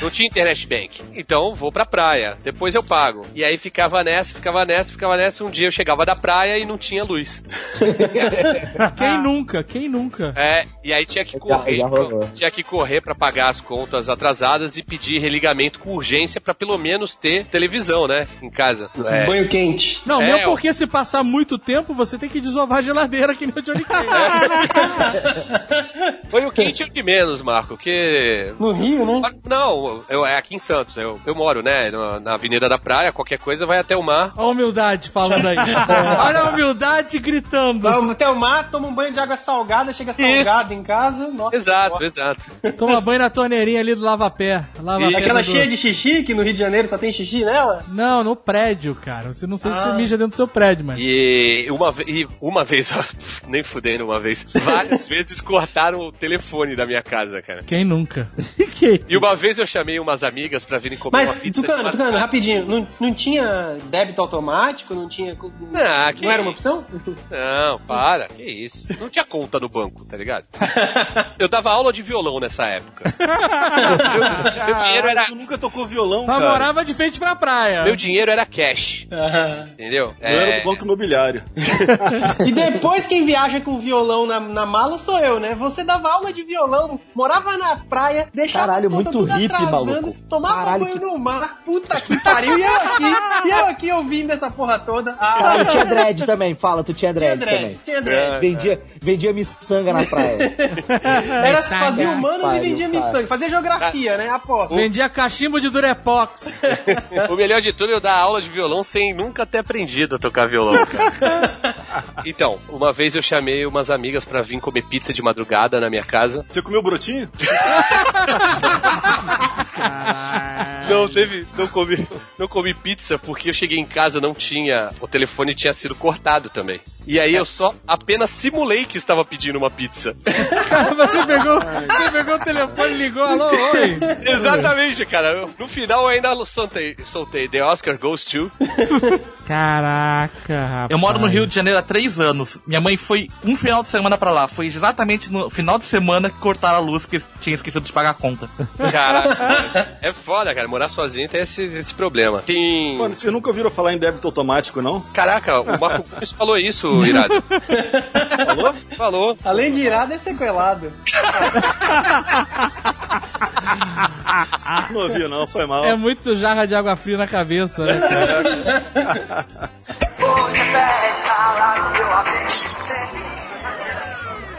não tinha internet bank. Então, vou pra praia. Depois eu pago. E aí ficava nessa, ficava nessa, ficava nessa. Um dia eu chegava da praia e não tinha luz. Ah. Quem nunca? Quem nunca? É, e aí tinha que Já- já correr. rolou. pra- tinha que correr pra pagar as contas atrasadas e pedir religamento com urgência pra pelo menos ter televisão, né? Em casa. É. Banho quente. Não, É, mesmo ó. porque se passar muito tempo, você tem que desovar a geladeira que nem o Johnny Cage. Foi o quente de menos, Marco, que No Rio, né? Não, eu, é aqui em Santos. Eu, eu moro, né? no- na Avenida da Praia, qualquer coisa vai até o mar. Olha a humildade falando aí. Olha a humildade gritando. Vai até o mar, toma um banho de água salgada, chega salgado em casa. Nossa, Exato, nossa. exato. Toma banho na torneirinha ali do lava-pé. Lava E Aquela cheia de xixi, que no Rio de Janeiro só tem xixi nela? Não, no prédio, cara. Você não sei se você mija dentro do seu prédio, mas. E uma, ve- e uma vez, ó, nem fudendo uma vez, várias vezes cortaram o telefone da minha casa, cara. Quem nunca? E uma vez eu chamei umas amigas pra virem comer uma Mas, pizza. Tucano, de Tucano, rapidinho, não, não tinha débito automático? Não tinha. Ah, que não era uma isso. opção? Não, para, que isso. Não tinha conta no banco, tá ligado? Eu dava aula de violão nessa época. Meu dinheiro era. Tu nunca tocou violão, Mas cara. morava de frente pra praia. Meu dinheiro era cash. Entendeu? É, Eu era do banco imobiliário. E depois quem viaja com violão na, na mala sou eu, né? Você dava aula de violão, morava na praia, deixava Caralho, as contas muito tudo hippie, maluco. Tomava Caralho, banho no mar, puta que pariu. E eu aqui, e eu aqui ouvindo essa porra toda. Ah, Cara, tu tinha dread também, fala, tu tinha dread, dread, também. tinha dread. Vendia, vendia miçanga na praia. Era, fazia humanos Pariu, e vendia cara. missão. Fazia geografia, né? Aposto. Vendia cachimbo de Durepox. O melhor de tudo é eu dar aula de violão sem nunca ter aprendido a tocar violão, cara. Então, uma vez eu chamei umas amigas pra vir comer pizza de madrugada na minha casa. Você comeu brotinho? Não, teve. Não comi, não comi pizza porque eu cheguei em casa, não tinha. O telefone tinha sido cortado também. E aí eu só apenas simulei que estava pedindo uma pizza. Cara, você pegou, você pegou o telefone, ligou, alô, oi. Exatamente, cara. Eu- No final eu ainda soltei, soltei The Oscar Goes to. Caraca, rapaz. Eu moro no Rio de Janeiro há três anos. Minha mãe foi um final de semana pra lá. Foi exatamente no final de semana que cortaram a luz que tinha esquecido de pagar a conta. Cara, é foda, cara. Morar sozinho tem esse, esse problema. Tem. Mano, vocês nunca ouviram falar em débito automático, não? Caraca, o Marco Gomes falou isso, irado. Falou? Falou. Além de irado, é sequelado. Não ouviu, não. Foi mal. É muito jarra de água fria na cabeça, né? cara?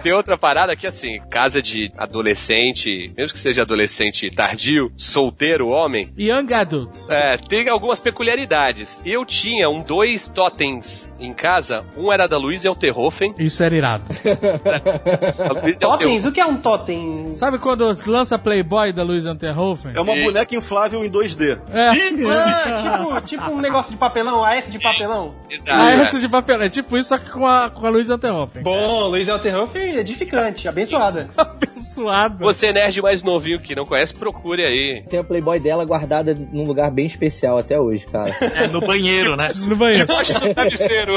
Tem outra parada que, assim, casa de adolescente, mesmo que seja adolescente tardio, solteiro, homem, Young Adults. é, tem algumas peculiaridades. Eu tinha um dois totens em casa, um era da Luiz Elterhofen. Isso era irado. A Luiz Elterhofen. Totens? O que é um totem? Sabe quando lança Playboy da Luiz Anterhofen? É uma boneca inflável em 2D. É. Ah, tipo, tipo um negócio de papelão, AS de papelão. Exato, Ah, é. essa de papel. É tipo isso, só que com a, com a Luiz Anterhofen. Bom, Luiz Alterhoff edificante, abençoada. Abençoado. Você é nerd mais novinho que não conhece, procure aí. Tem a Playboy dela guardada num lugar bem especial até hoje, cara. É, no banheiro, né? No banheiro. Debaixo do travesseiro.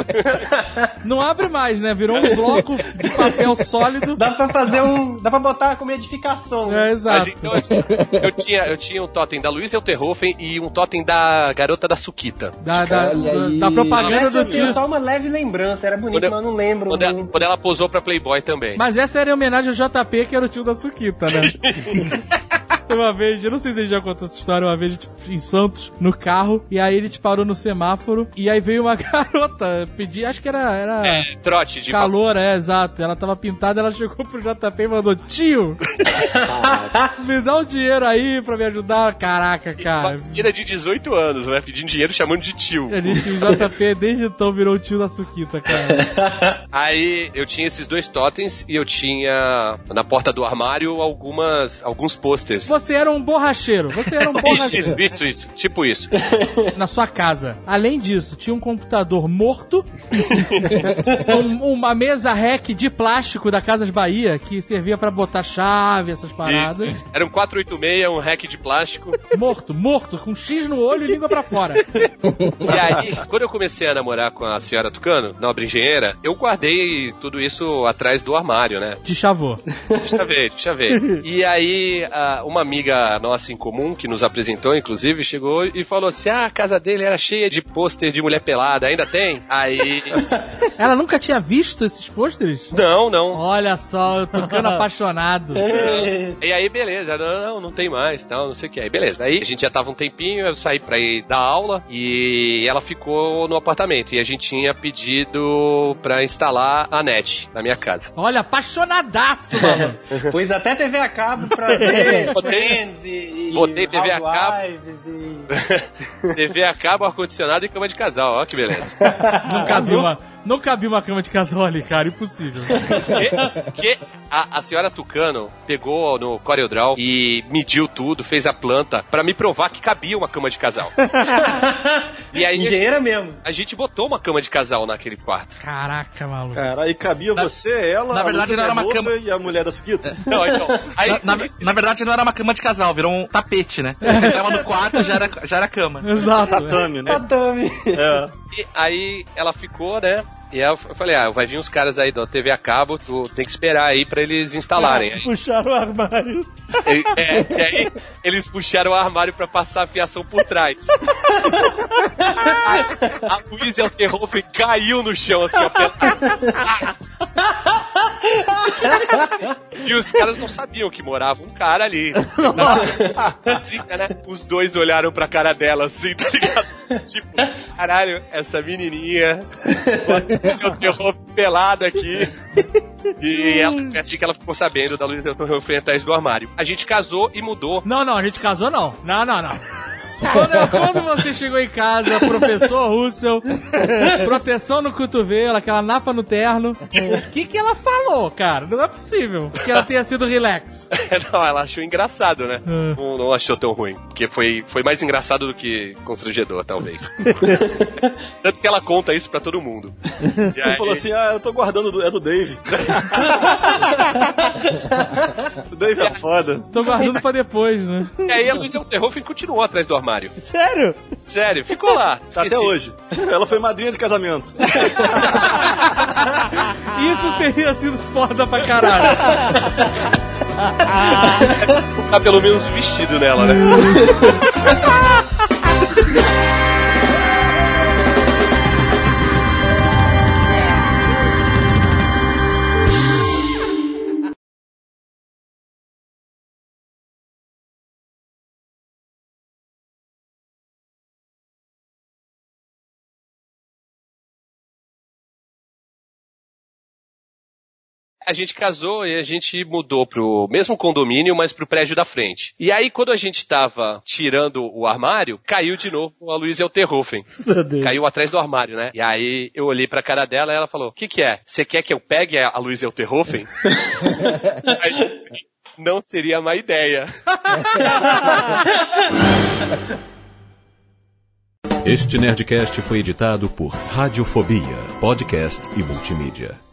Não abre mais, né? Virou um bloco de papel sólido. Dá pra fazer um. Dá pra botar como edificação. É, né? exato. Mas, então, eu, tinha, eu tinha um totem da Luiz Elterhofen e um totem da garota da Suquita. Da, da, Olha da- aí. da propaganda Essa eu do tenho tio. assim, só uma leve lembrança, era bonito, Quando eu- mas eu não lembro. Quando ela, quando ela posou pra Playboy também. Mas essa era em homenagem ao JP, que era o tio da Suquita, né? Uma vez, eu não sei se a gente já contou essa história, uma vez a gente- em Santos, no carro, e aí ele te parou no semáforo, e aí veio uma garota pedir, acho que era, era Trote de calor, é, exato. Ela tava pintada, ela chegou pro JP e mandou, tio, me dá um dinheiro aí pra me ajudar. Caraca, Uma cara. menina de 18 anos, né? Pedindo dinheiro, chamando de tio. Ele, o JP desde então virou o tio da Suquita, cara. Aí eu tinha esses dois totens e eu tinha na porta do armário algumas alguns posters. Você era um borracheiro, você era um Isso, borracheiro. isso, isso, tipo isso. na sua casa. Além disso, tinha um computador morto, um- uma mesa REC de plástico da Casas Bahia que servia pra botar chave, essas paradas. isso, isso. Era um 486, um hack de plástico. Morto, morto, com X no olho e língua pra fora. E aí, quando eu comecei a namorar com a senhora Tucano, nobre engenheira, eu guardei tudo isso atrás do armário, né? De chavô. Deixa eu ver, deixa eu ver. E aí, ah, uma amiga nossa em comum, que nos apresentou, inclusive, chegou e falou assim: ah, a casa dele era cheia de pôster de mulher pelada, ainda tem? Aí. Ela nunca tinha visto esses pôsteres? Não, não. Olha só, eu tô ficando apaixonado. E aí, beleza, não, não, não tem mais, tal, não sei o que. Aí, beleza. Aí a gente já tava um tempinho, eu saí pra ir dar aula e ela ficou no apartamento. E a gente tinha pedido pra instalar a net na minha casa. Olha, apaixonadaço, mano. Pois até TV a cabo pra ver Friends e, e Botei TV a Housewives e... TV a cabo, ar-condicionado e cama de casal. Ó que beleza. Não cabia, uma, não cabia uma cama de casal ali, cara. Impossível. que a, a senhora Tucano pegou no CorelDRAW e mediu tudo, fez a planta pra me provar que cabia uma cama de casal. e aí Engenheira mesmo. A gente botou uma cama de casal naquele quarto. Caraca, maluco. Cara, aí cabia você, ela, na a verdade, Lúcia não era uma Nova cama- É. e a mulher da Suquita. Não, então. Aí, na, na- na verdade, não era uma cama de casal, virou um tapete, né? Você entrava no quarto, já era, já era cama. Exato. Tatame, né? Tatame. É. E aí ela ficou, né? E aí eu falei, ah, vai vir uns caras aí da TV a cabo, tu tem que esperar aí pra eles instalarem. Aí- Puxaram o armário. E, é, e aí eles puxaram o armário pra passar a fiação por trás. a a Luísa Alterrope caiu no chão assim, ó. pela- E os caras não sabiam que morava um cara ali. Assim, né? Os dois olharam pra cara dela assim, tá ligado? Tipo, caralho, essa menininha, Luísa Alterrope pelada aqui. E ela, é assim que ela ficou sabendo da Luísa Torreofen atrás do armário. A gente casou e mudou. Não, não, a gente casou não. Não, não, não. Quando, quando você chegou em casa, professor Russell, proteção no cotovelo, aquela napa no terno, o que, que ela falou, cara? Não é possível que ela tenha sido relax. É, não, ela achou engraçado, né? É. Não, não achou tão ruim. Porque foi, foi mais engraçado do que constrangedor, talvez. Tanto que ela conta isso pra todo mundo. E Você aí- falou assim, ah, eu tô guardando, do- é do Dave. o Dave é foda. Tô guardando pra depois, né? E aí a Luísa Alterhofen continuou atrás do armário. Sério? Sério, ficou lá. Tá até Esqueci. hoje. Ela foi madrinha de casamento. Isso teria sido foda pra caralho. Tá pelo menos vestido nela, né? A gente casou e a gente mudou pro mesmo condomínio, mas pro prédio da frente. E aí, quando a gente tava tirando o armário, caiu de novo a Luísa Alterhofen. Meu Deus. Caiu atrás do armário, né? E aí eu olhei pra cara dela e ela falou: O que, que é? Você quer que eu pegue a Luísa Alterhofen? Aí, Não seria má ideia. Este Nerdcast foi editado por Radiofobia, podcast e multimídia.